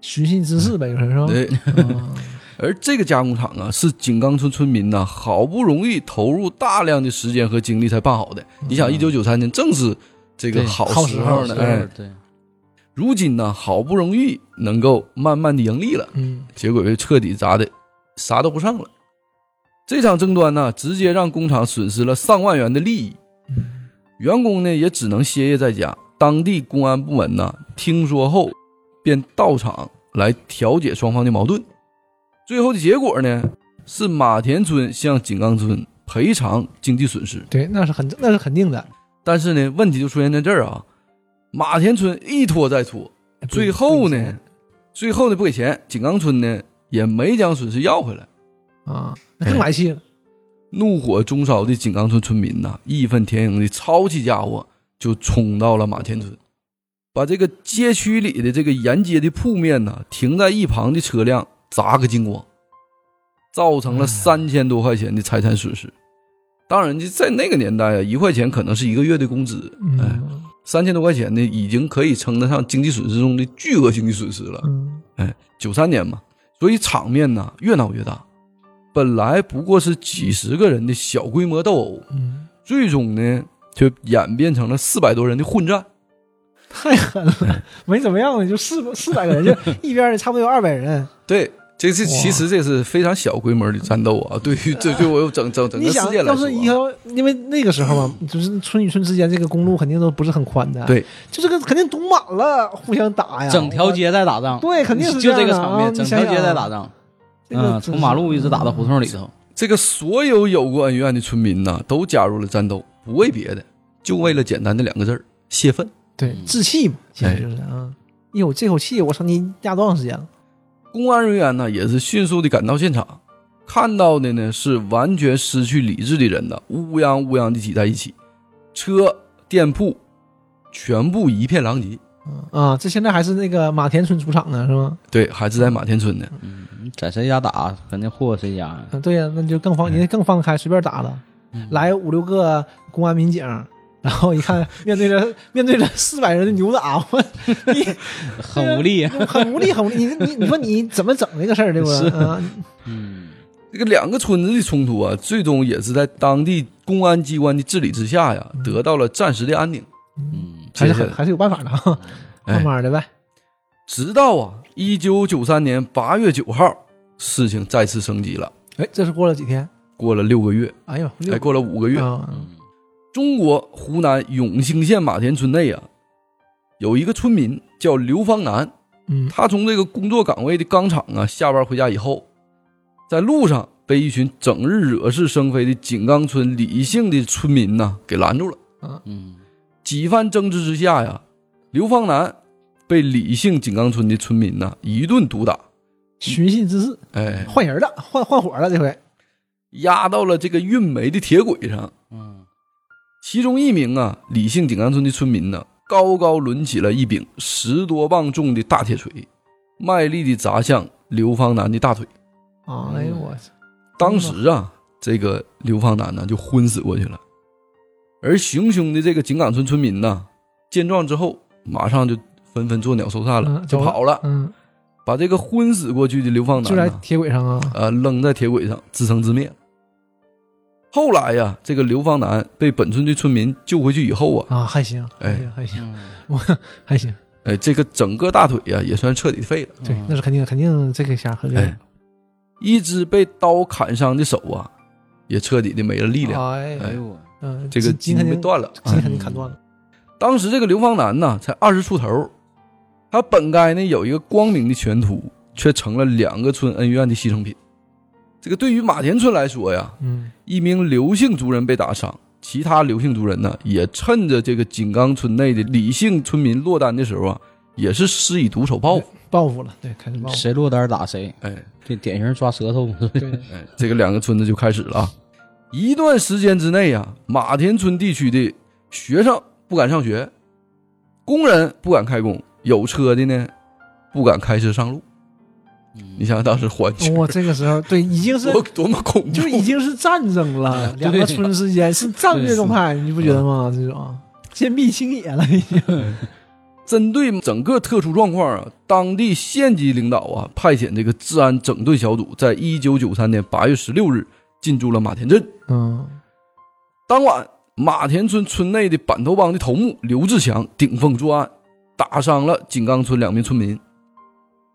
Speaker 1: 寻衅滋事呗，就是是吧？
Speaker 2: 哦
Speaker 3: 对，
Speaker 1: 嗯
Speaker 3: 而这个加工厂啊，是井冈村村民呐、好不容易投入大量的时间和精力才办好的。你想，一九九三年正是这个
Speaker 2: 对
Speaker 3: 嗯好时候呢，
Speaker 1: 好时候
Speaker 3: 哎，
Speaker 2: 对，
Speaker 3: 如今呢，好不容易能够慢慢的盈利了，
Speaker 1: 嗯，
Speaker 3: 结果被彻底砸的啥都不剩了。这场争端呢，直接让工厂损失了上万元的利益，员工呢也只能歇业在家。当地公安部门呢听说后，便到场来调解双方的矛盾。最后的结果呢，是马田村向井冈村赔偿经济损失。
Speaker 1: 对，那是很那是肯定 的。
Speaker 3: 但是呢，问题就出现在这儿啊，马田村一拖再拖，最后
Speaker 1: 不给
Speaker 3: 呢
Speaker 1: 钱，
Speaker 3: 最后呢不给钱，井冈村呢也没将损失要回来。
Speaker 1: 啊，那更来气了。
Speaker 2: 哎
Speaker 3: 怒火中烧的井冈村村民呐、义愤填膺的抄起家伙就冲到了马田村，把这个街区里的这个沿街的铺面呐、停在一旁的车辆砸个精光，造成了三千多块钱的财产损失。当然，就在那个年代啊，一块钱可能是一个月的工资，哎，
Speaker 1: 嗯
Speaker 3: 三千多块钱呢，已经可以称得上经济损失中的巨额经济损失了。
Speaker 1: 嗯，
Speaker 3: 九三年嘛，所以场面呢越闹越大。本来不过是几十个人的小规模斗殴，
Speaker 1: 嗯，
Speaker 3: 最终呢就演变成了四百多人的混战。
Speaker 1: 太狠了，没怎么样呢，就四四百个人， 就一边儿差不多有二百人。
Speaker 3: 对，这是
Speaker 1: 哇
Speaker 3: 其实这是非常小规模的战斗啊，对于这对我有整整整
Speaker 1: 你
Speaker 3: 个世
Speaker 1: 想，
Speaker 3: 界来
Speaker 1: 要
Speaker 3: 说
Speaker 1: 是以
Speaker 3: 啊、
Speaker 1: 后，因为那个时候嘛，就是村与村之间这个公路肯定都不是很宽的，啊
Speaker 3: 对，
Speaker 1: 就这个肯定堵满了，互相打呀，
Speaker 2: 整条街在打仗，
Speaker 1: 对肯定是这
Speaker 2: 就
Speaker 1: 样
Speaker 2: 这个
Speaker 1: 的
Speaker 2: 场
Speaker 1: 啊
Speaker 2: 面，
Speaker 1: 你
Speaker 2: 整条
Speaker 1: 想
Speaker 2: 街
Speaker 1: 想
Speaker 2: 在打仗，
Speaker 1: 这个
Speaker 2: 嗯，
Speaker 1: 真是
Speaker 2: 从马路一直打到胡同里头，
Speaker 3: 这个所有有过恩怨的村民呐，都加入了战斗，不为别的，就为了简单的两个字儿泄愤。
Speaker 1: 对
Speaker 2: 嗯
Speaker 1: 置气嘛，其实就是啊，一口这口气，我操，你压多长时间了？
Speaker 3: 公安人员呢也是迅速的赶到现场，看到的呢是完全失去理智的人呢，乌泱乌泱的挤在一起，车、店铺全部一片狼藉。
Speaker 1: 啊，这现在还是那个马田村主场呢，是吗？
Speaker 3: 对，还是在马田村呢。
Speaker 2: 嗯，在谁家打肯定祸谁家呀。
Speaker 1: 啊，对呀、那就更放，你更放开，随便打了，嗯来五六个公安民警。然后一看，面对着面对着四百人的扭打，我你
Speaker 2: 很 无力。
Speaker 1: 很无力，很无力。你你你说你怎么整这个事儿，对不？啊，
Speaker 2: 嗯，
Speaker 3: 这个两个村子的冲突啊，最终也是在当地公安机关的治理之下呀，得到了暂时的安宁。
Speaker 2: 嗯，
Speaker 1: 嗯还是
Speaker 3: 接下
Speaker 1: 很
Speaker 3: 来
Speaker 1: 还是有办法的哈，
Speaker 3: 哎
Speaker 1: 慢慢的呗。
Speaker 3: 直到啊，一九九三年八月九号，事情再次升级了。
Speaker 1: 哎，这是过了几天？
Speaker 3: 过了六个月，
Speaker 1: 哎呦，六
Speaker 3: 哎，过了五个月，
Speaker 1: 啊，
Speaker 3: 中国湖南永兴县马田村内啊，有一个村民叫刘方南，
Speaker 1: 嗯
Speaker 3: 他从这个工作岗位的钢厂啊下班回家以后，在路上被一群整日惹是生非的井冈村李姓的村民呐给拦住了。
Speaker 2: 嗯，
Speaker 3: 几番争执之下呀，刘方南被李姓井冈村的村民呐一顿毒打，
Speaker 1: 寻衅滋事，
Speaker 3: 哎，
Speaker 1: 换人了，换换伙了，这回
Speaker 3: 压到了这个运煤的铁轨上。
Speaker 2: 嗯，
Speaker 3: 其中一名啊，李姓井冈村的村民呢，高高抡起了一柄十多磅重的大铁锤，卖力地砸向刘方南的大腿。嗯
Speaker 1: 啊，哎呦我操，
Speaker 3: 当时啊，这个刘方南呢就昏死过去了。而熊熊的这个井冈村村民呢，见状之后，马上就纷纷作鸟兽散了，
Speaker 1: 嗯
Speaker 3: 就跑了，
Speaker 1: 嗯，
Speaker 3: 把这个昏死过去的刘方
Speaker 1: 就
Speaker 3: 南
Speaker 1: 在
Speaker 3: 呢，
Speaker 1: 铁轨上啊，
Speaker 3: 呃，扔在铁轨上，自生自灭。后来呀，这个刘方南被本村的村民救回去以后啊，
Speaker 1: 啊，还行，
Speaker 3: 哎
Speaker 1: 还行，还行，
Speaker 2: 嗯
Speaker 1: 我 还行，
Speaker 3: 哎，这个整个大腿呀也算彻底废了。
Speaker 1: 对，
Speaker 2: 嗯
Speaker 1: 那是肯定，肯定这个虾很厉害
Speaker 3: 嗯哎，一只被刀砍伤的手啊，也彻底的没了力量，
Speaker 1: 哎，
Speaker 2: 哎呦，
Speaker 1: 嗯，
Speaker 3: 这个
Speaker 1: 筋
Speaker 3: 筋
Speaker 1: 肯
Speaker 3: 被
Speaker 1: 定，
Speaker 3: 断了。嗯
Speaker 1: 筋肯定砍断了，
Speaker 3: 当时这个刘方南呢，才二十出头，他本该呢有一个光明的前途，却成了两个村恩怨的牺牲品。这个对于马田村来说呀，
Speaker 1: 嗯，
Speaker 3: 一名刘姓族人被打伤，其他刘姓族人呢，也趁着这个井冈村内的李姓村民落单的时候啊，也是施以毒手报复。
Speaker 1: 报复了，对，开始报复，
Speaker 2: 谁落单打谁，
Speaker 3: 哎
Speaker 2: 这典型抓舌头嘛，是不 是
Speaker 1: 对，
Speaker 3: 哎，这个两个村子就开始了啊。一段时间之内啊，马田村地区的学生不敢上学，工人不敢开工，有车的呢不敢开车上路。
Speaker 2: 嗯
Speaker 3: 你想想当时环境，
Speaker 1: 哇，这个时候对，已经是
Speaker 3: 多 多么恐怖！
Speaker 1: 就已经是战争 了，两个村之间是战略状态，你不觉得
Speaker 2: 嗯
Speaker 1: 吗？这种坚壁清野了，已经，
Speaker 3: 针对整个特殊状况啊，当地县级领导啊派遣这个治安整顿小组，在一九九三年八月十六日进驻了马田镇。
Speaker 1: 嗯，
Speaker 3: 当晚，马田村村内的板头帮的头目刘志强顶风作案，打伤了井冈村两名村民。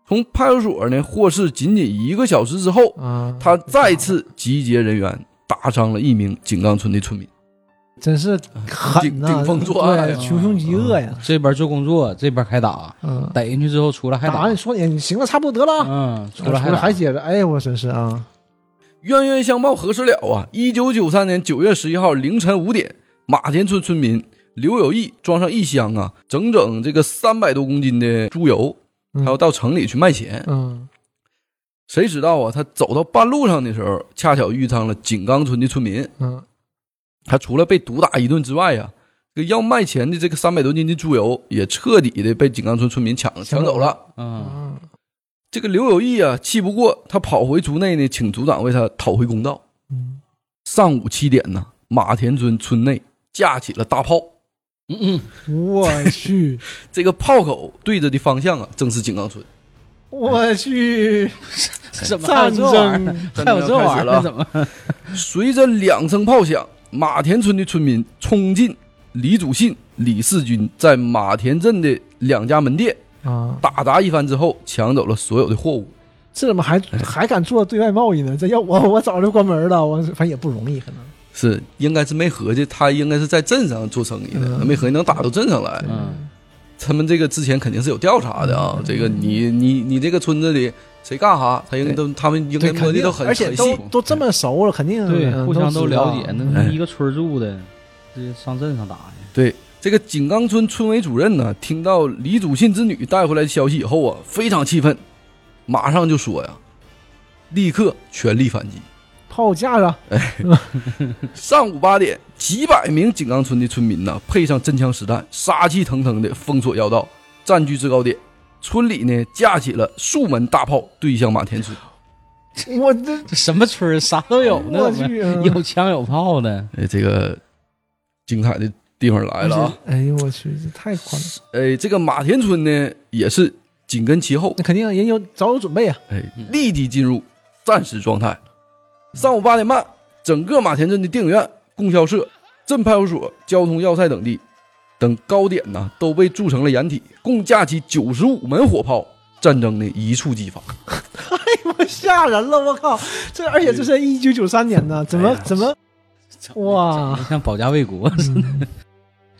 Speaker 3: 从派出所呢获释仅仅一个小时之后，
Speaker 1: 啊，
Speaker 3: 他再次集结人员，打伤了一名井冈村的村民。
Speaker 1: 真是狠
Speaker 3: 顶
Speaker 1: 呐，
Speaker 3: 顶风作案
Speaker 1: 对，穷凶极恶呀，
Speaker 2: 这边做工作，这边开打，
Speaker 1: 嗯，
Speaker 2: 逮进去之后出来还
Speaker 1: 打完说你行了，差不多得了啊，
Speaker 2: 嗯，出
Speaker 1: 出
Speaker 2: 来
Speaker 1: 来
Speaker 2: 还
Speaker 1: 还
Speaker 2: 打，
Speaker 1: 接着，哎呦，我真是啊，
Speaker 3: 冤冤相报何时了啊！一九九三年九月十一号凌晨五点，马田村村民刘有义装上一箱啊，整整这个三百多公斤的猪油，
Speaker 1: 嗯
Speaker 3: 他要到城里去卖钱。
Speaker 1: 嗯，
Speaker 3: 谁知道啊？他走到半路上的时候，恰巧遇上了井冈村的村民。
Speaker 1: 嗯，
Speaker 3: 他除了被毒打一顿之外呀、这个要卖钱的这个三百多斤的猪油也彻底的被井冈村村民抢抢走了。
Speaker 2: 嗯，
Speaker 1: 嗯，
Speaker 3: 这个刘有义啊，气不过，他跑回族内呢，请族长为他讨回公道。
Speaker 1: 嗯，
Speaker 3: 上午七点呢，马田村村内架起了大炮，
Speaker 2: 嗯嗯，
Speaker 1: 我 去，
Speaker 3: 这个炮口对着的方向啊，正是井冈村。
Speaker 1: 我去，
Speaker 2: 怎么还有
Speaker 1: 战
Speaker 2: 这玩意儿？
Speaker 1: 争，
Speaker 2: 还有这玩意儿？怎么？
Speaker 3: 随着两声炮响，马田村的村民冲进李祖信、李四军在马田镇的两家门店，
Speaker 1: 啊，
Speaker 3: 打砸一番之后，抢走了所有的货物。
Speaker 1: 这怎么还还敢做对外贸易呢？这要我我早就关门了，我反正也不容易，可能
Speaker 3: 是，应该是没合计，他应该是在镇上做生意的，
Speaker 1: 嗯
Speaker 3: 没合计能打到镇上来。
Speaker 2: 嗯，
Speaker 3: 他们这个之前肯定是有调查的
Speaker 1: 嗯
Speaker 3: 啊，这个你你你这个村子里谁干哈，他应该都他们应该
Speaker 1: 对，
Speaker 3: 摸
Speaker 1: 肯
Speaker 3: 的
Speaker 1: 定
Speaker 3: 都，很
Speaker 1: 而且
Speaker 3: 很
Speaker 1: 都
Speaker 3: 细。
Speaker 1: 都这么熟了，肯定
Speaker 2: 对，
Speaker 1: 嗯
Speaker 2: 互相都了解，
Speaker 1: 知道嗯
Speaker 2: 那一个村住的，这上镇上打去，
Speaker 3: 对，这个井冈村村委主任呢，听到李祖信之女带回来的消息以后啊，非常气愤，马上就说呀，立刻全力反击。
Speaker 1: 炮架 上，
Speaker 3: 上午八点，几百名井冈村的村民呢，配上真枪实弹，杀气腾腾的封锁要道，占据制高点。村里呢，架起了数门大炮，对向马田村。
Speaker 1: 我这
Speaker 2: 这什么村儿啥都有呢，
Speaker 1: 我 去啊
Speaker 2: 有枪有炮的，
Speaker 3: 哎，这个精彩的地方来了啊！
Speaker 1: 哎呦我去，这太宽 了，
Speaker 3: 哎，这个马田村呢，也是紧跟其后
Speaker 1: 那，肯定人有早有准备啊，
Speaker 3: 哎，立即进入战时状态。上午八点半，整个马田镇的电影院、供销社、镇派出所、交通要塞等地等高点呢，都被筑成了掩体，共架起九十五门火炮，战争呢一触即发。
Speaker 1: 我吓人了，我靠，这而且这是一九九三年呢，怎
Speaker 2: 哎
Speaker 1: 么怎么嗯哇
Speaker 2: 整得像保家卫 国似的，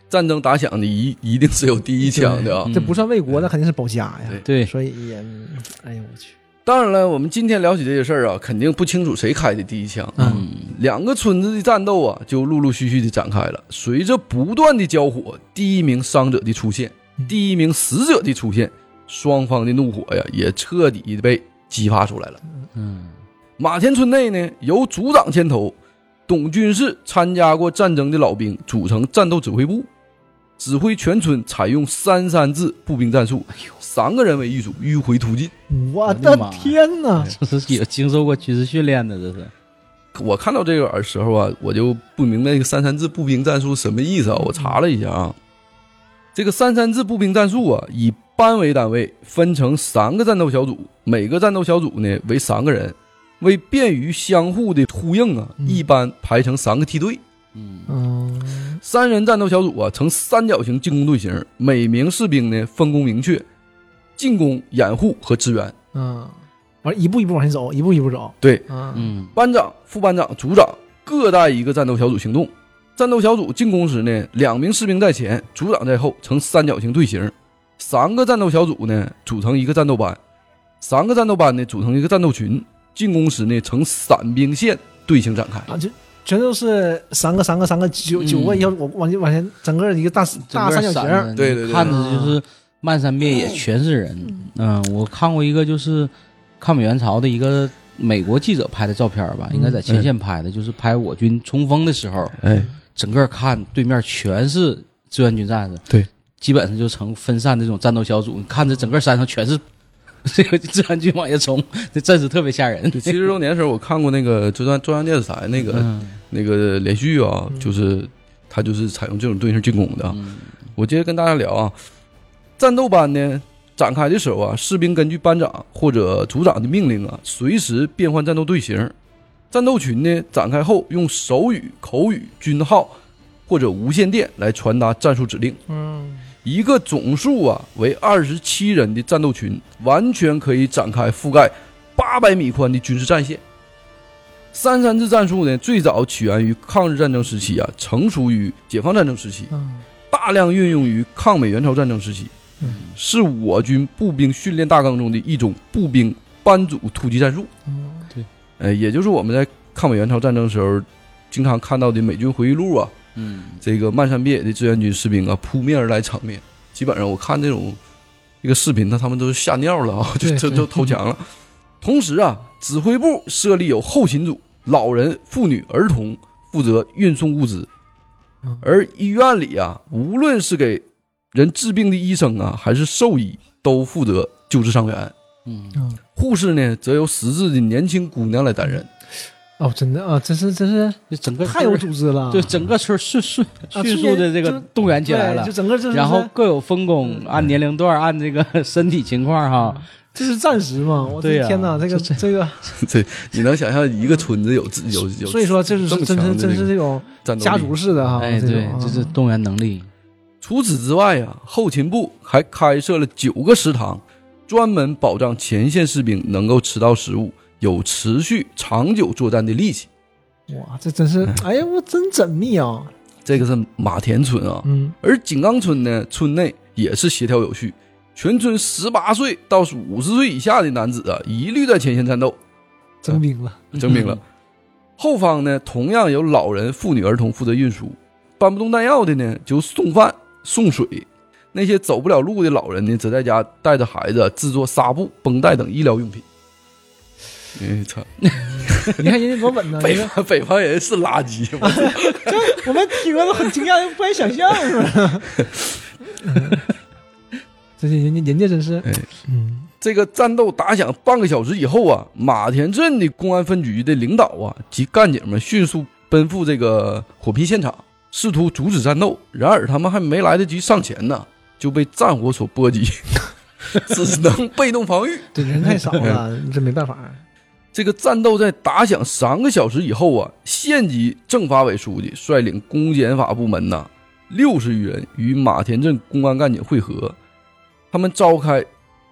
Speaker 3: 战争打响的一一定是有第一枪的啊！
Speaker 1: 这不算为国，那肯定是保家呀，
Speaker 2: 嗯对，
Speaker 1: 所以也，嗯哎呦我去，
Speaker 3: 当然了，我们今天聊起这些事儿啊，肯定不清楚谁开的第一枪。
Speaker 2: 嗯，
Speaker 3: 两个村子的战斗啊，就陆陆续续的展开了。随着不断的交火，第一名伤者的出现，第一名死者的出现，双方的怒火呀，也彻底的被激发出来了。
Speaker 2: 嗯，
Speaker 3: 马田村内呢，由组长牵头，懂军事、参加过战争的老兵组成战斗指挥部，指挥全村采用“三三制”步兵战术，三个人为一组迂回突进。
Speaker 1: 嗯我
Speaker 2: 我的
Speaker 1: 的
Speaker 2: 妈呀
Speaker 1: 天呐，
Speaker 2: 嗯这是有经受过军事训练的，这是，
Speaker 3: 我看到这个时候啊，我就不明白这个三三制步兵战术什么意思啊。我查了一下啊，这个三三制步兵战术啊，以班为单位，分成三个战斗小组，每个战斗小组呢为三个人，为便于相互的呼应啊，
Speaker 1: 嗯
Speaker 3: 一般排成三个梯队，
Speaker 2: 嗯
Speaker 1: 嗯
Speaker 3: 三人战斗小组啊呈三角形进攻队形，每名士兵呢分工明确，进攻、掩护和支援。
Speaker 1: 嗯，完一步一步往前走，一步一步走。
Speaker 3: 对，
Speaker 1: 嗯
Speaker 2: 嗯
Speaker 3: 班长、副班长、组长各带一个战斗小组行动。战斗小组进攻时呢，两名士兵在前，组长在后，呈三角形队形。三个战斗小组呢组成一个战斗班，三个战斗班呢组成一个战斗群。进攻时呢呈散兵线队形展开。
Speaker 1: 啊，就全都是三个三个三个九
Speaker 2: 嗯
Speaker 1: 九个要我往前往前，整个一个大大三角形嗯儿。
Speaker 2: 形
Speaker 3: 对对对
Speaker 2: 看着就是漫山遍野全是人。嗯，我看过一个就是抗美援朝的一个美国记者拍的照片
Speaker 1: 嗯
Speaker 2: 吧，应该在前线拍的，就是拍我军冲锋的时候，
Speaker 3: 哎，
Speaker 2: 整个看对面全是志愿军战士，
Speaker 3: 对，
Speaker 2: 基本上就成分散这种战斗小组，你看着整个山上全是 这个志愿军往下冲，这阵势特别吓人。
Speaker 3: 对，七十周年的时候我看过那个中央中央电视台那个、
Speaker 2: 嗯
Speaker 3: 那个连续啊
Speaker 1: 嗯，
Speaker 3: 就是他就是采用这种队形进攻的啊。
Speaker 2: 嗯
Speaker 3: 我接着跟大家聊啊，战斗班呢展开的时候啊，士兵根据班长或者组长的命令啊，随时变换战斗队形。战斗群呢展开后，用手语、口语、军号或者无线电来传达战术指令。
Speaker 1: 嗯
Speaker 3: 一个总数啊为二十七人的战斗群，完全可以展开覆盖八百米宽的军事战线。三山制战术呢，最早起源于抗日战争时期啊，成熟于解放战争时期，
Speaker 1: 嗯
Speaker 3: 大量运用于抗美援朝战争时期，
Speaker 1: 嗯
Speaker 3: 是我军步兵训练大纲中的一种步兵班组突击战术。
Speaker 1: 嗯
Speaker 3: 呃，也就是我们在抗美援朝战争时候经常看到的美军回忆录啊，
Speaker 2: 嗯，
Speaker 3: 这个漫山遍野的志愿军士兵啊，扑面而来场面，基本上我看这种这个视频，那他们都是吓尿了 啊，就
Speaker 1: 对
Speaker 3: 就
Speaker 1: 对
Speaker 3: 就投降了。同时啊，指挥部设立有后勤组，老人、妇女、儿童负责运送物资
Speaker 1: 嗯，
Speaker 3: 而医院里啊，无论是给人治病的医生啊，还是兽医，都负责救治伤员。
Speaker 2: 嗯
Speaker 1: 嗯
Speaker 3: 护士呢，则由识字的年轻姑娘来担任。
Speaker 1: 哦，真的啊，真是真是
Speaker 2: 就整个
Speaker 1: 太有组织了。
Speaker 2: 对，整个村迅迅
Speaker 1: 啊
Speaker 2: 迅速的这个
Speaker 1: 就
Speaker 2: 动员起来了
Speaker 1: 对就，整个这是
Speaker 2: 然后各有分工，
Speaker 1: 嗯
Speaker 2: 按年龄段，按这个 身体情况哈。
Speaker 1: 这是战时嘛？我
Speaker 2: 对
Speaker 1: 的
Speaker 2: 呀
Speaker 1: 天哪，这个
Speaker 2: 这
Speaker 1: 这个，
Speaker 3: 你能想象一个村子有有
Speaker 1: 嗯
Speaker 3: 有
Speaker 1: 所以说这是
Speaker 3: 这么
Speaker 1: 真
Speaker 3: 强的
Speaker 1: 真
Speaker 3: 这
Speaker 1: 真
Speaker 3: 个
Speaker 1: 是这种
Speaker 3: 战斗
Speaker 1: 家
Speaker 3: 力
Speaker 1: 族式的哈。
Speaker 2: 哎，对，
Speaker 1: 种啊
Speaker 2: 这是动员能力。
Speaker 3: 除此之外啊，后勤部还开设了九个食堂，专门保障前线士兵能够吃到食物，有持续长久作战的力气。
Speaker 1: 哇，这真是，哎呀，我真缜密啊。
Speaker 3: 这个是马田村啊，
Speaker 1: 嗯
Speaker 3: 而井冈村呢，村内也是协调有序，全村十八岁到五十岁以下的男子啊，一律在前线战斗，
Speaker 1: 征兵了。
Speaker 3: 征兵了。后方呢，同样有老人、妇女、儿童负责运输，搬不动弹药的呢，就送饭、送水；那些走不了路的老人呢，则在家带着孩子制作纱布、绷带等医疗用品。哎操！
Speaker 1: 你看人家多稳呢，
Speaker 3: 北
Speaker 1: 人家
Speaker 3: 方北方人是垃圾吗？
Speaker 1: 我们听了都很惊讶，不敢想象，是吧？嗯 这是人家人家真是
Speaker 3: 哎，
Speaker 1: 嗯
Speaker 3: 这个战斗打响半个小时以后啊，马田镇的公安分局的领导啊及干警们迅速奔赴这个火拼现场，试图阻止战斗。然而他们还没来得及上前呢，就被战火所波及，只能被动防御。
Speaker 1: 对，人太少 了，
Speaker 2: 嗯
Speaker 1: 这没办法。
Speaker 3: 这个战斗在打响三个小时以后啊，县级政法委书记率领公检法部门呐六十余人与马田镇公安干警会合，他们召开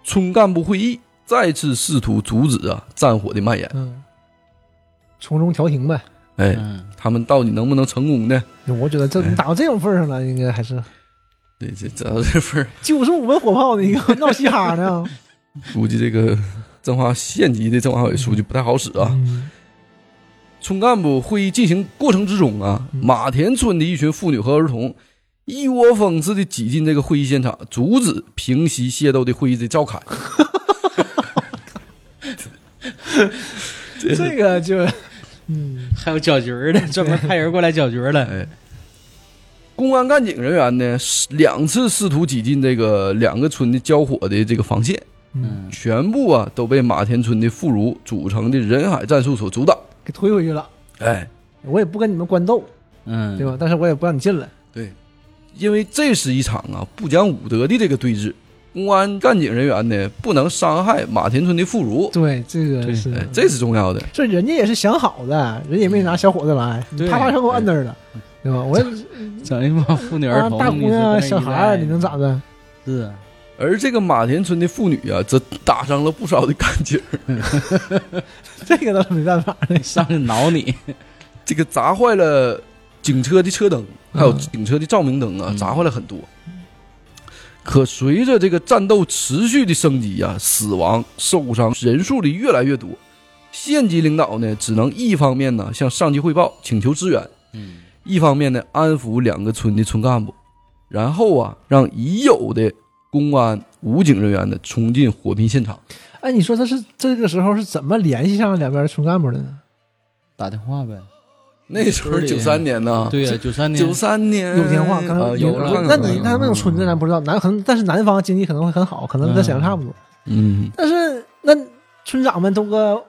Speaker 3: 村干部会议，再次试图阻止啊战火的蔓延。
Speaker 1: 嗯，从中调停呗。
Speaker 3: 哎，
Speaker 2: 嗯，
Speaker 3: 他们到底能不能成功呢？
Speaker 1: 我觉得这
Speaker 2: 哎
Speaker 1: 你打到这种份儿上了，应该还是
Speaker 3: 对，这这这份儿
Speaker 1: 九十五门火炮，你个闹嘻哈 呢？
Speaker 3: 估计这个政法县级的政法委书记不太好使啊。
Speaker 1: 嗯
Speaker 3: 村干部会议进行过程之中啊，马田村的一群妇女和儿童一窝蜂似的挤进这个会议现场，阻止平息械斗的会议的召开。这
Speaker 1: 这个就，嗯
Speaker 2: 还有搅局儿的，专门派人过来搅局儿 的。
Speaker 3: 哎，公安干警人员呢，是两次试图挤进这个两个村的交火的这个防线，
Speaker 1: 嗯，
Speaker 2: 嗯，
Speaker 3: 全部啊都被马田村的妇孺组成的人海战术所阻挡。
Speaker 1: 给推回去了。
Speaker 3: 哎，
Speaker 1: 我也不跟你们官斗，
Speaker 2: 嗯，
Speaker 1: 对吧？？但是我也不让你进来。
Speaker 3: 对，因为这是一场啊不讲武德的这个对峙，公安干警人员呢不能伤害马田村的妇孺，
Speaker 1: 对，这个
Speaker 2: 对
Speaker 1: 是
Speaker 3: 哎，这是重要的。
Speaker 1: 这人家也是想好的，人也没拿小伙子来，
Speaker 2: 嗯对
Speaker 1: 啪啪全给我摁那儿了，对吧？我也
Speaker 2: 整一帮妇女儿
Speaker 1: 啊
Speaker 2: 童，
Speaker 1: 大姑
Speaker 2: 你是
Speaker 1: 娘
Speaker 2: 在
Speaker 1: 小
Speaker 2: 一
Speaker 1: 孩儿，啊
Speaker 2: 带
Speaker 1: 你能咋的？
Speaker 2: 是啊？
Speaker 3: 而这个马田村的妇女啊，则打伤了不少的干警。
Speaker 1: 这个倒是没办法的。
Speaker 2: 上去挠你，
Speaker 3: 这个砸坏了警车的车灯，还有
Speaker 1: 嗯
Speaker 3: 警车的照明灯啊，
Speaker 2: 嗯
Speaker 3: 砸坏了很多。可随着这个战斗持续的升级啊，死亡、受伤人数的越来越多，县级领导呢，只能一方面呢向上级汇报请求支援，
Speaker 2: 嗯，
Speaker 3: 一方面呢安抚两个村的村干部，然后啊让已有的公安、武警人员呢冲进火拼现场。
Speaker 1: 哎，你说他是这个时候是怎么联系上两边村干部的呢？
Speaker 2: 打电话呗。
Speaker 3: 那时候
Speaker 2: 村里
Speaker 3: 九三年呢，
Speaker 2: 对 呀，九三年，
Speaker 3: 九三年
Speaker 1: 有电话，刚才
Speaker 3: 啊有了
Speaker 1: 有那
Speaker 3: 看看看看
Speaker 1: 你那那种村子咱不知道，南可能但是南方经济可能会很好，可能跟沈阳差不多。
Speaker 3: 嗯，
Speaker 1: 但是那村长们都个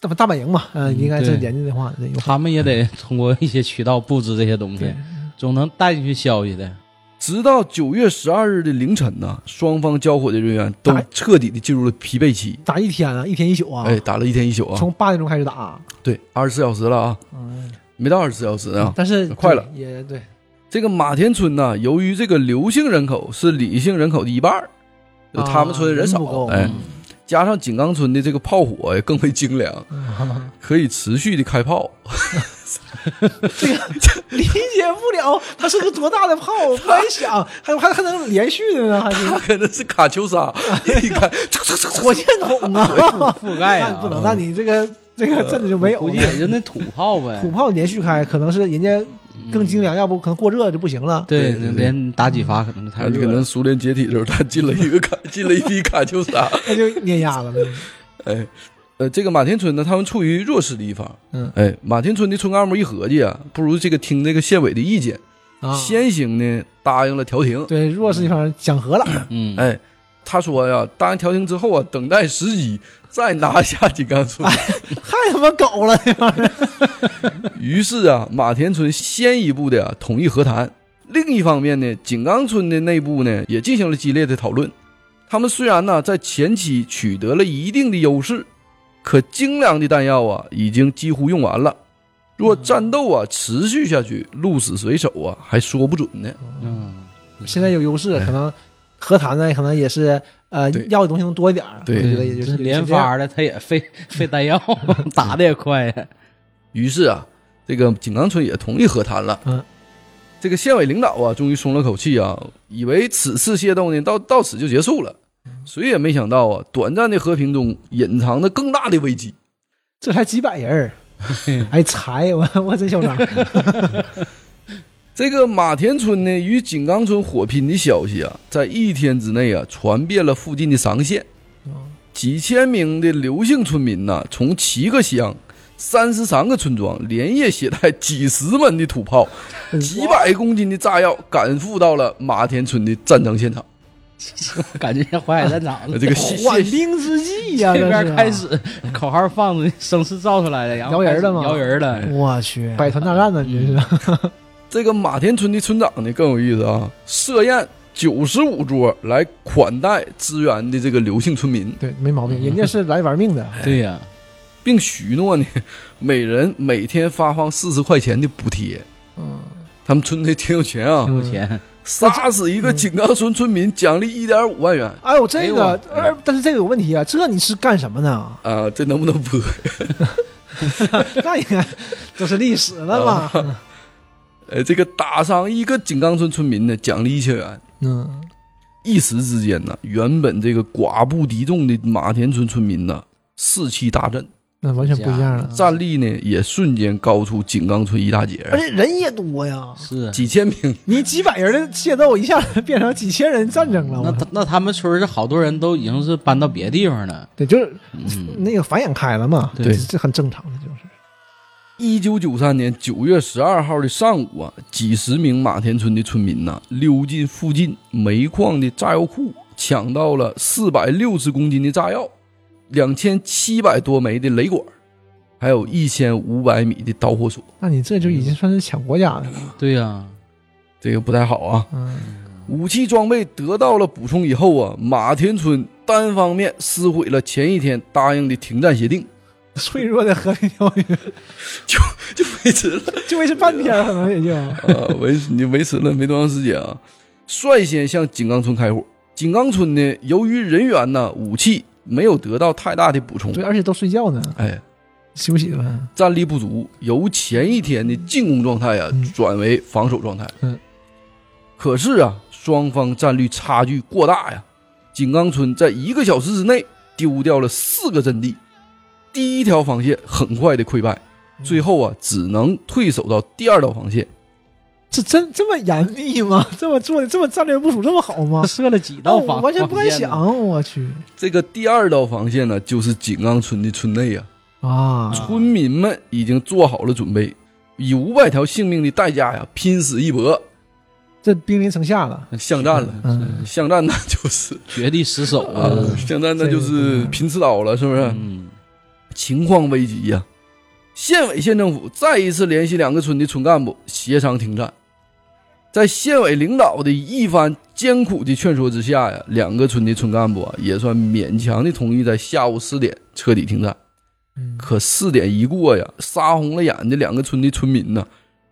Speaker 1: 怎么大本营嘛，嗯，
Speaker 2: 嗯
Speaker 1: 应该是
Speaker 2: 对
Speaker 1: 联系的话，对有可能
Speaker 2: 他们也得通过一些渠道布置这些东
Speaker 3: 嗯
Speaker 2: 西
Speaker 1: 对，，
Speaker 2: 总能带进去消息的。
Speaker 3: 直到九月十二日的凌晨呢，双方交火的人员都
Speaker 1: 打
Speaker 3: 彻底的进入了疲惫期。
Speaker 1: 打一天啊，一天一宿啊，
Speaker 3: 哎，打了一天一宿啊，
Speaker 1: 从八点钟开始打，
Speaker 3: 对，二十四小时了啊，
Speaker 1: 嗯，
Speaker 3: 没到二十四小时呢啊。
Speaker 1: 但是
Speaker 3: 快了
Speaker 1: 对也对，
Speaker 3: 这个马田村呢，由于这个刘姓人口是李姓人口的一半儿，就他们村人
Speaker 1: 啊人不
Speaker 3: 少，
Speaker 1: 够
Speaker 3: 哎，
Speaker 2: 嗯
Speaker 3: 加上井冈村的这个炮火呀更为精良，
Speaker 1: 嗯
Speaker 3: 可以持续的开炮，
Speaker 1: 理解不了他是个多大的炮，我不 敢想，还还还能连续的呢，还是
Speaker 3: 他可能是卡秋 莎，一 看，唰唰唰唰
Speaker 1: 火箭筒啊，
Speaker 2: 覆
Speaker 3: 哎
Speaker 2: 盖
Speaker 1: 那
Speaker 2: 啊，
Speaker 1: 你不能，那你这个这个阵子就没有
Speaker 2: 估计
Speaker 1: 了。
Speaker 2: 也就那土炮呗，
Speaker 1: 土炮连续开，可能是人家更精良，要不可能过热就不行了。
Speaker 3: 对
Speaker 2: 对，
Speaker 3: 对
Speaker 2: 那连打几发可能就太
Speaker 3: 他
Speaker 2: 热
Speaker 3: 可能
Speaker 2: 了。
Speaker 3: 苏联解体的时候，他进了一个卡，进了一批卡秋莎。
Speaker 1: 那就碾压了呗。
Speaker 3: 哎，呃，这个马田村呢，他们处于弱势的一方。
Speaker 1: 嗯，
Speaker 3: 哎，马田村的村干部一合计啊，不如这个听这个县委的意见，
Speaker 1: 啊，
Speaker 3: 先行呢答应了调停。
Speaker 1: 对弱势一方讲和了，
Speaker 2: 嗯，
Speaker 3: 哎，他说呀、答应调停之后啊，等待时机再拿下井冈村。
Speaker 1: 太他妈狗了，这帮人
Speaker 3: 于是啊，马田村先一步的、啊、统一和谈。另一方面呢，井冈村的内部呢也进行了激烈的讨论。他们虽然呢在前期取得了一定的优势，可精良的弹药啊已经几乎用完了。若战斗啊持续下去，鹿死谁手啊还说不准呢。
Speaker 2: 嗯，
Speaker 1: 现在有优势，可能和谈呢，可能也是呃
Speaker 3: 对
Speaker 1: 要的东西能多一点儿。
Speaker 3: 对
Speaker 1: 我觉得也就
Speaker 2: 嗯这
Speaker 1: 是
Speaker 2: 连
Speaker 1: 这样
Speaker 2: 发的，他也费费弹药， 打的也快呀。
Speaker 3: 于是啊，这个井冈村也同意和谈了。
Speaker 1: 嗯，
Speaker 3: 这个县委领导啊，终于松了口气啊，以为此次械斗呢到到此就结束了，谁也没想到啊，短暂的和平中隐藏着更大的危机。
Speaker 1: 这才几百人 儿，哎，才我我真嚣张，
Speaker 3: 这个马田村呢与井冈村火拼的消息啊，在一天之内啊传遍了附近的商县，几千名的刘姓村民呐，从七个乡、三十三个村庄连夜携带几十门的土炮、几百公斤的炸药，赶赴到了马田村的战争现场。
Speaker 2: 感觉像淮海战场了。
Speaker 3: 呃这个谢
Speaker 1: 缓
Speaker 3: 谢
Speaker 1: 兵之计呀，
Speaker 2: 这
Speaker 1: 这是啊
Speaker 2: 边开，始口号放出去，声势造出来了，然后
Speaker 1: 摇人了吗
Speaker 2: 摇人了，
Speaker 1: 我去，百团大战呢，你这是啊
Speaker 3: 这个马田村的村长呢更有意思啊，设宴九十五桌来款待支援的这个刘姓村民，
Speaker 1: 对，没毛病，人家是来玩命的，
Speaker 2: 对呀，
Speaker 3: 并许诺呢每人每天发放四十块钱的补贴。
Speaker 1: 嗯，
Speaker 3: 他们村里挺有钱啊
Speaker 2: 挺，有嗯钱，
Speaker 3: 杀死一个井冈村村民奖励一点五万元
Speaker 1: 哎呦，这个
Speaker 2: 哎，
Speaker 1: 呃，但是这个有问题啊，这你是干什么呢？
Speaker 3: 啊，这能不能播？
Speaker 1: 那应该都是历史了嘛，
Speaker 3: 呃，这个打伤一个井冈村村民呢，奖励一千元。
Speaker 1: 嗯，
Speaker 3: 一时之间呢，原本这个寡不敌众的马田村村民呢，士气大振。
Speaker 1: 那完全不一样了，
Speaker 3: 战力呢也瞬间高出井冈村一大截儿，
Speaker 1: 而且人也多呀，
Speaker 2: 是。
Speaker 3: 几千 名。
Speaker 1: 你几百人的械斗一下子变成几千人战争了，
Speaker 2: 那
Speaker 1: 我操
Speaker 2: 他那他们村儿是好多人都已经是搬到别地方了，
Speaker 1: 对，就是
Speaker 2: 嗯，
Speaker 1: 那个繁衍开了嘛，
Speaker 2: 对
Speaker 1: 这这很正常的，就是
Speaker 3: 一九九三年九月十二号的上午啊，几十名马田村的村民呐、溜进附近煤矿的炸药库，抢到了四百六十公斤的炸药，两千七百多枚的雷管，还有一千五百米的导火索。
Speaker 1: 那你这就已经算是抢国家的了，
Speaker 2: 对呀、
Speaker 3: 这个不太好啊。
Speaker 1: 嗯，
Speaker 3: 武器装备得到了补充以后啊，马田村单方面撕毁了前一天答应的停战协定，
Speaker 1: 脆弱的和平条约
Speaker 3: 就维持了
Speaker 1: 就维持半天，可能也就
Speaker 3: 啊，维持你维持了没多长时间啊，率先向井冈村开火。井冈村呢，由于人员呢、武器没有得到太大的补充
Speaker 1: 对，，而且都睡觉呢，
Speaker 3: 哎，
Speaker 1: 休息吧。
Speaker 3: 战力不足，由前一天的进攻状态啊
Speaker 1: 嗯
Speaker 3: 转为防守状态。
Speaker 1: 嗯，
Speaker 3: 可是啊，双方战力差距过大呀。井冈村在一个小时之内丢掉了四个阵地，第一条防线很快的溃败，
Speaker 1: 嗯
Speaker 3: 最后啊只能退守到第二道防线。
Speaker 1: 这真这么严密吗？这么做的这么战略部署这么好吗？
Speaker 2: 射了几
Speaker 1: 那哦
Speaker 2: 道
Speaker 1: 我
Speaker 2: 防，
Speaker 1: 完全不敢
Speaker 2: 防线呢。
Speaker 1: 想，我去
Speaker 3: 这个第二道防线呢，就是井冈村的村内啊，
Speaker 1: 啊！
Speaker 3: 村民们已经做好了准备，以五百条性命的代价呀，拼死一搏，
Speaker 1: 这兵临城下了，
Speaker 3: 巷战了。
Speaker 1: 嗯，
Speaker 3: 巷战那就是
Speaker 2: 绝地失手
Speaker 3: 啊
Speaker 2: 啊！，
Speaker 3: 现在那就是拼刺刀了，是不是？
Speaker 2: 嗯，
Speaker 3: 情况危急呀、县委县政府再一次联系两个村的村干部协商停战，在县委领导的一番艰苦的劝说之下呀，两个村的村干部啊也算勉强的同意在下午四点彻底停战。
Speaker 1: 嗯
Speaker 3: 可四点一过呀，杀红了眼的两个村的村民呢，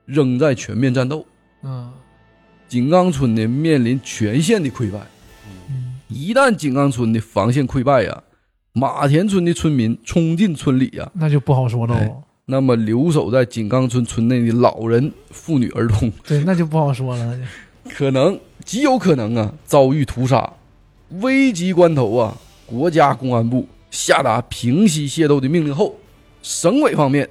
Speaker 3: 仍在全面战斗。
Speaker 1: 啊，
Speaker 3: 井冈村呢面临全线的溃败。
Speaker 1: 嗯
Speaker 3: 一旦井冈村的防线溃败呀、马田村的村民冲进村里呀、
Speaker 1: 那就不好说
Speaker 2: 哎
Speaker 1: 哦喽。
Speaker 3: 那么留守在井冈村村内的老人、妇女、儿童，
Speaker 1: 对，那就不好说了。
Speaker 3: 可能极有可能啊遭遇屠杀。危急关头啊，国家公安部下达平息械斗的命令后，省委方面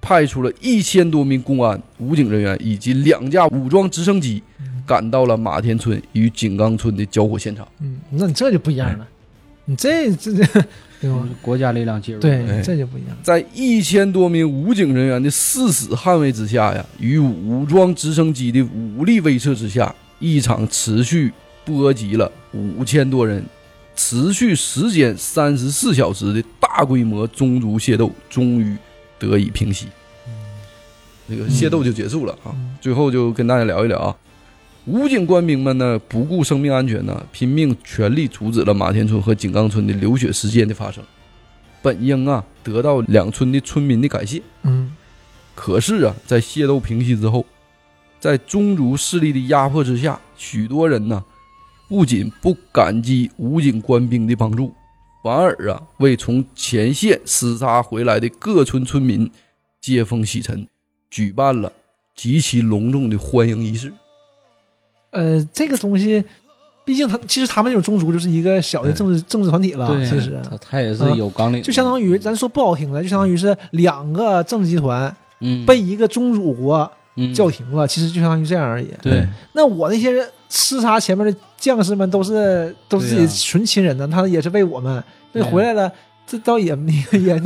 Speaker 3: 派出了一千多名公安、武警人员以及两架武装直升机，赶到了马田村与井冈村的交火现场。
Speaker 1: 嗯，那你这就不一
Speaker 2: 哎
Speaker 1: 样了，你这 这这，对吧？
Speaker 2: 国家力量介入，
Speaker 1: 对，
Speaker 3: 哎
Speaker 1: 这就不一样了。
Speaker 3: 在一千多名武警人员的誓死捍卫之下呀，与武装直升机的武力威慑之下，一场持续波及了五千多人、持续时间三十四小时的大规模宗族械斗，终于得以平息。这个械斗就结束了啊！最后就跟大家聊一聊啊，武警官兵们呢不顾生命安全呢，拼命全力阻止了马田村和井冈村的流血事件的发生。本应啊得到两村的村民的感谢。
Speaker 1: 嗯，
Speaker 3: 可是啊，在械斗平息之后，在宗族势力的压迫之下，许多人呢不仅不感激武警官兵的帮助，反而啊为从前线厮杀回来的各村村民接风洗尘，举办了极其隆重的欢迎仪式。
Speaker 1: 呃，这个东西，毕竟他其实他们这种宗族就是一个小的政治政治团体了，
Speaker 2: 哎对嗯呀，
Speaker 1: 其实
Speaker 2: 他他也是有纲领的，
Speaker 1: 嗯就相当于咱说不好听的，就相当于是两个政治集团
Speaker 2: 嗯
Speaker 1: 被一个宗主国
Speaker 2: 嗯
Speaker 1: 叫停了，其实就相当于这样而已。
Speaker 2: 对
Speaker 3: 哎，
Speaker 1: 那我那些人厮杀前面的将士们都是都是自
Speaker 2: 对
Speaker 1: 己
Speaker 2: 呀
Speaker 1: 纯亲人呢，他也是为我们，那
Speaker 2: 对
Speaker 1: 回来了，这倒也也 也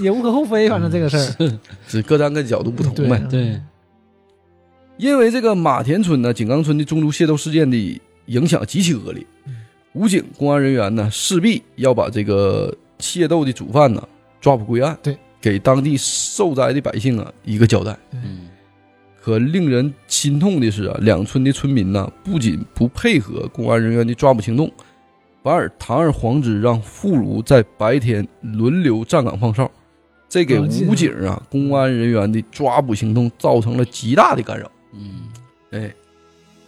Speaker 1: 也无可厚非，反正这个事儿
Speaker 2: 是
Speaker 3: 只各站各角度不同呗。
Speaker 2: 对，嗯
Speaker 3: 因为这个马田村呢、井冈村的宗族械斗事件的影响极其恶劣，武警、公安人员呢势必要把这个械斗的主犯呢抓捕归案，
Speaker 1: 对，
Speaker 3: 给当地受灾的百姓啊一个交代。
Speaker 2: 嗯，
Speaker 3: 可令人心痛的是啊，两村的村民呢不仅不配合公安人员的抓捕行动，反而堂而皇之让妇孺在白天轮流站岗放哨，这给
Speaker 1: 啊记得
Speaker 3: 武警啊、公安人员的抓捕行动造成了极大的干扰。
Speaker 2: 嗯，
Speaker 3: 哎，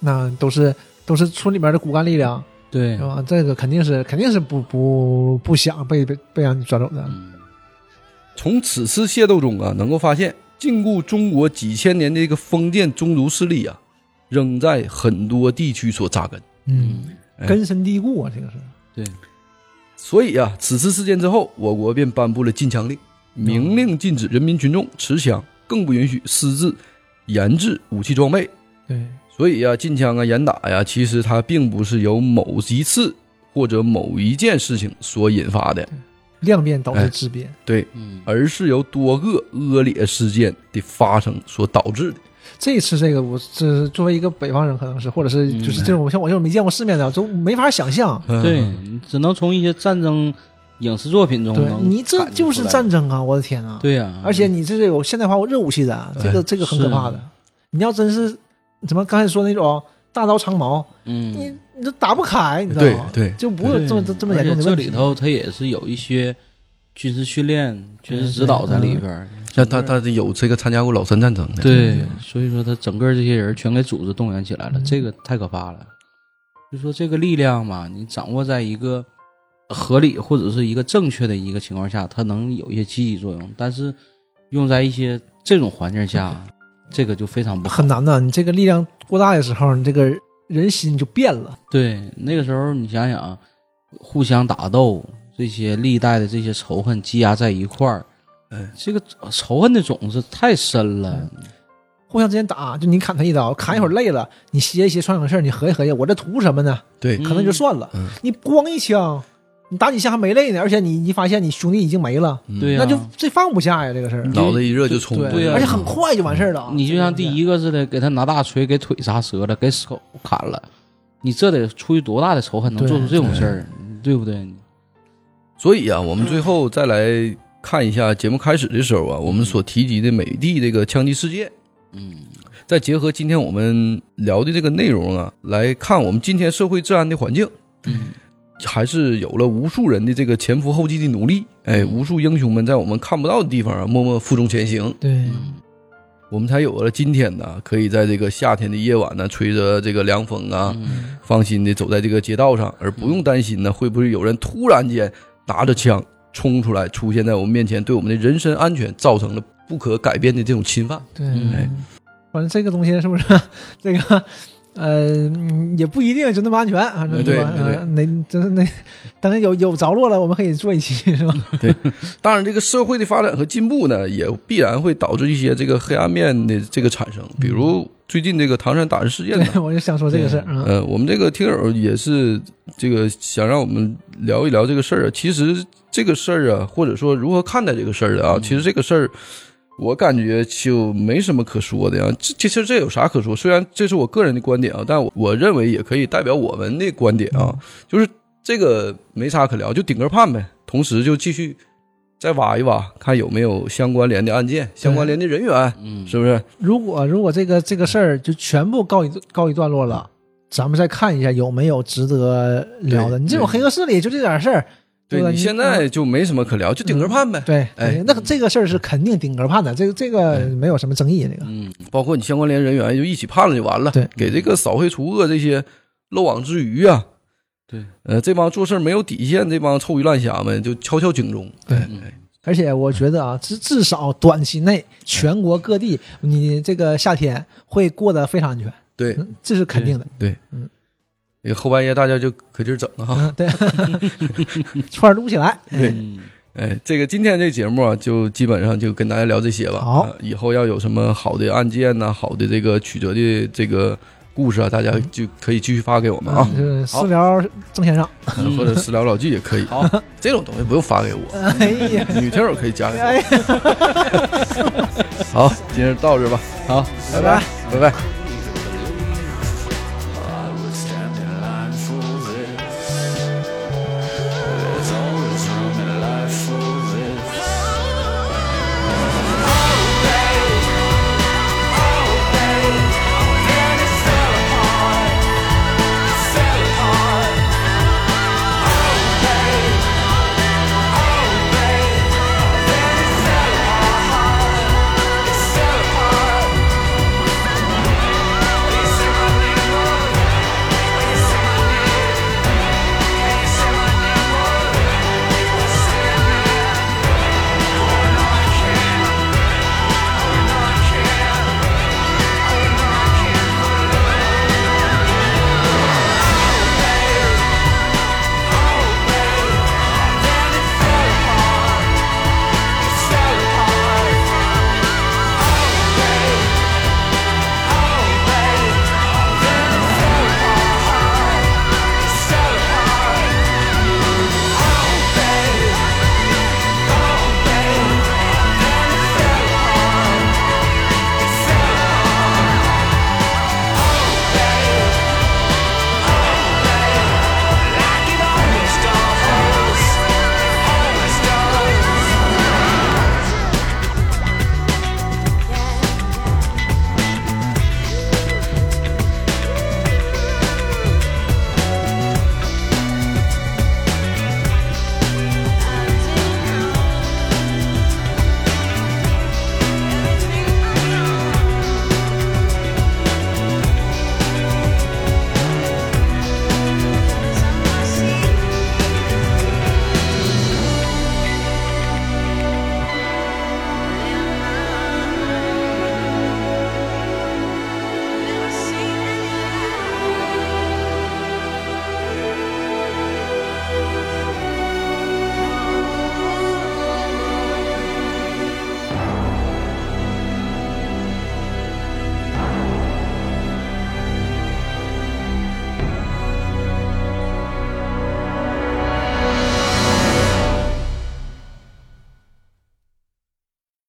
Speaker 1: 那都是都是村里面的骨干力量，
Speaker 2: 对
Speaker 1: 是，吧？这个肯定是肯定是不不不想被被被让你抓走的。
Speaker 2: 嗯，
Speaker 3: 从此次械斗中啊，能够发现禁锢中国几千年的这个封建宗族势力啊，仍在很多地区所扎根。
Speaker 1: 嗯，
Speaker 3: 哎
Speaker 1: 根深蒂固啊，这个是。
Speaker 2: 对，
Speaker 3: 所以啊，此次事件之后，我国便颁布了禁枪令，明令禁止人民群众持枪，更不允许私自研制武器装备。
Speaker 1: 对，
Speaker 3: 所以啊，禁枪啊、严打呀、其实它并不是由某一次或者某一件事情所引发的，
Speaker 1: 量变导
Speaker 3: 哎
Speaker 1: 致质变，
Speaker 3: 对，
Speaker 2: 嗯，
Speaker 3: 而是由多个恶劣事件的发生所导致的。
Speaker 1: 这次这个我这是作为一个北方人，可能是或者是
Speaker 2: 嗯
Speaker 1: 就是这种、像我这种没见过世面的，就没法想象。
Speaker 2: 对，你只能从一些战争影视作品中
Speaker 1: 对
Speaker 2: 嗯能
Speaker 1: 你这
Speaker 2: 感觉
Speaker 1: 就是
Speaker 2: 出来
Speaker 1: 战争啊！我的天啊！
Speaker 2: 对
Speaker 3: 嗯
Speaker 2: 呀，
Speaker 1: 而且你这是有啊现代化热武器的，这个这个很可怕的。你要真是怎么刚才说那种大刀长矛，
Speaker 2: 嗯，
Speaker 1: 你你都打不开，你知道
Speaker 3: 对
Speaker 1: 吗？
Speaker 3: 对
Speaker 1: 就不会有这么这这么
Speaker 2: 而
Speaker 1: 严
Speaker 2: 且
Speaker 1: 重的
Speaker 2: 这
Speaker 1: 问题。
Speaker 2: 里头它也是有一些军事训练、军事指导在里
Speaker 1: 嗯
Speaker 2: 边儿。
Speaker 3: 那他他是有这个参加过老三战争的，
Speaker 2: 对，所以说他整个这些人全给组织动员起来了，这个太可怕了。就说这个力量嘛，你掌握在一个合理或者是一个正确的一个情况下，它能有一些积极作用，但是用在一些这种环境下，这个就非常不好。
Speaker 1: 很难的，你这个力量过大的时候，你这个人心就变了。
Speaker 2: 对，那个时候你想想啊，互相打斗，这些历代的这些仇恨积压在一块儿，
Speaker 3: 哎
Speaker 2: 这个仇恨的种子太深了。
Speaker 1: 互相之间打，就你砍他一刀，砍一会儿累了，你歇一歇，喘口气儿，你合计合计，我这图什么呢？
Speaker 3: 对
Speaker 1: 可能就算了。
Speaker 3: 嗯
Speaker 1: 你咣一枪，你打几下还没累呢，而且你你发现你兄弟已经没了，
Speaker 2: 对
Speaker 3: 啊
Speaker 2: 呀、
Speaker 1: 那就这放不下呀，这个事儿。
Speaker 3: 嗯脑袋一热就冲，
Speaker 1: 对，
Speaker 2: 对呀啊
Speaker 1: 而且很快就完事儿了啊。
Speaker 3: 嗯
Speaker 2: 你就像第
Speaker 1: 个，
Speaker 2: 一个似的，给他拿大锤给腿砸折了，给手砍了，你这得出于多大的仇恨能
Speaker 1: 对
Speaker 2: 做出这种事儿，对不对？
Speaker 3: 所以啊，我们最后再来看一下节目开始的时候啊，我们所提及的美帝这个枪击事件，
Speaker 2: 嗯
Speaker 3: 再结合今天我们聊的这个内容啊，来看我们今天社会治安的环境，
Speaker 2: 嗯
Speaker 3: 还是有了无数人的这个前赴后继的努力，哎，
Speaker 2: 嗯
Speaker 3: 无数英雄们在我们看不到的地方啊，默默负重前行，
Speaker 1: 对，
Speaker 2: 嗯，
Speaker 3: 我们才有了今天呢，可以在这个夏天的夜晚呢，吹着这个凉风啊，
Speaker 2: 嗯
Speaker 3: 放心的走在这个街道上，而不用担心呢，会不会有人突然间拿着枪冲出来，出现在我们面前，对我们的人身安全造成了不可改变的这种侵犯。
Speaker 1: 对，
Speaker 2: 哎
Speaker 1: 反正这个东西是不是 这个？呃，嗯也不一定就那么安全，反正
Speaker 3: 对
Speaker 1: 是吧？
Speaker 3: 对
Speaker 1: 呃那真那等有有着落了，我们可以做一期， 是吧？
Speaker 3: 当然，这个社会的发展和进步呢，也必然会导致一些这个黑暗面的这个产生，比如最近这个唐山打人事件呢。
Speaker 1: 对， 我就想说这个事儿啊。
Speaker 3: 呃，我们这个听友也是这个想让我们聊一聊这个事儿啊。其实这个事儿啊，或者说如何看待这个事儿的啊，其实这个事儿我感觉就没什么可说的啊。这这其实这有啥可说？虽然这是我个人的观点啊，但我我认为也可以代表我们的观点啊，就是这个没啥可聊，就顶个判呗。同时就继续再挖一挖，看有没有相关联的案件、相关联的人员，
Speaker 2: 嗯，
Speaker 3: 是不是？
Speaker 1: 如果如果这个这个事儿就全部告一告一段落了，咱们再看一下有没有值得聊的。
Speaker 3: 对
Speaker 1: 你这种
Speaker 3: 对
Speaker 1: 黑恶势力就这点事儿，
Speaker 3: 对
Speaker 1: 吧？
Speaker 3: 你现在就没什么可聊，就顶个判呗。
Speaker 1: 对，
Speaker 3: 哎
Speaker 1: 对那个这个事儿是肯定顶格判的，这个这个没有什么争议。这个
Speaker 2: 嗯
Speaker 3: 包括你相关联人员就一起判了就完了，
Speaker 1: 对
Speaker 3: 给这个扫黑除恶这些漏网之鱼啊，
Speaker 2: 对，
Speaker 3: 呃，这帮做事没有底线这帮臭鱼烂虾们就敲敲警钟，
Speaker 1: 对
Speaker 3: 哎
Speaker 1: 而且我觉得啊，至至少短期内，全国各地你这个夏天会过得非常安全，
Speaker 3: 对
Speaker 1: 嗯这是肯定的。
Speaker 3: 对，
Speaker 1: 嗯，
Speaker 3: 这个后半夜大家就可劲儿整了哈，
Speaker 1: 嗯，对， 串儿撸起来。
Speaker 3: 对
Speaker 2: 嗯，
Speaker 3: 哎，这个今天这节目啊，就基本上就跟大家聊这些吧，
Speaker 1: 好
Speaker 3: 啊以后要有什么好的案件呐、好的这个曲折的这个故事啊，大家就可以继续发给我们啊
Speaker 1: 嗯，，就是
Speaker 3: 好
Speaker 1: 私聊郑先生。
Speaker 2: 嗯
Speaker 3: 或者私聊老纪也可以，
Speaker 2: 好，
Speaker 3: 这种东西不用发给我，
Speaker 1: 哎呀，
Speaker 3: 女听友可以加给
Speaker 1: 哎
Speaker 3: 我，
Speaker 1: 呀，
Speaker 3: 好，今天到这吧，
Speaker 2: 好。
Speaker 1: 拜拜。
Speaker 3: 拜拜。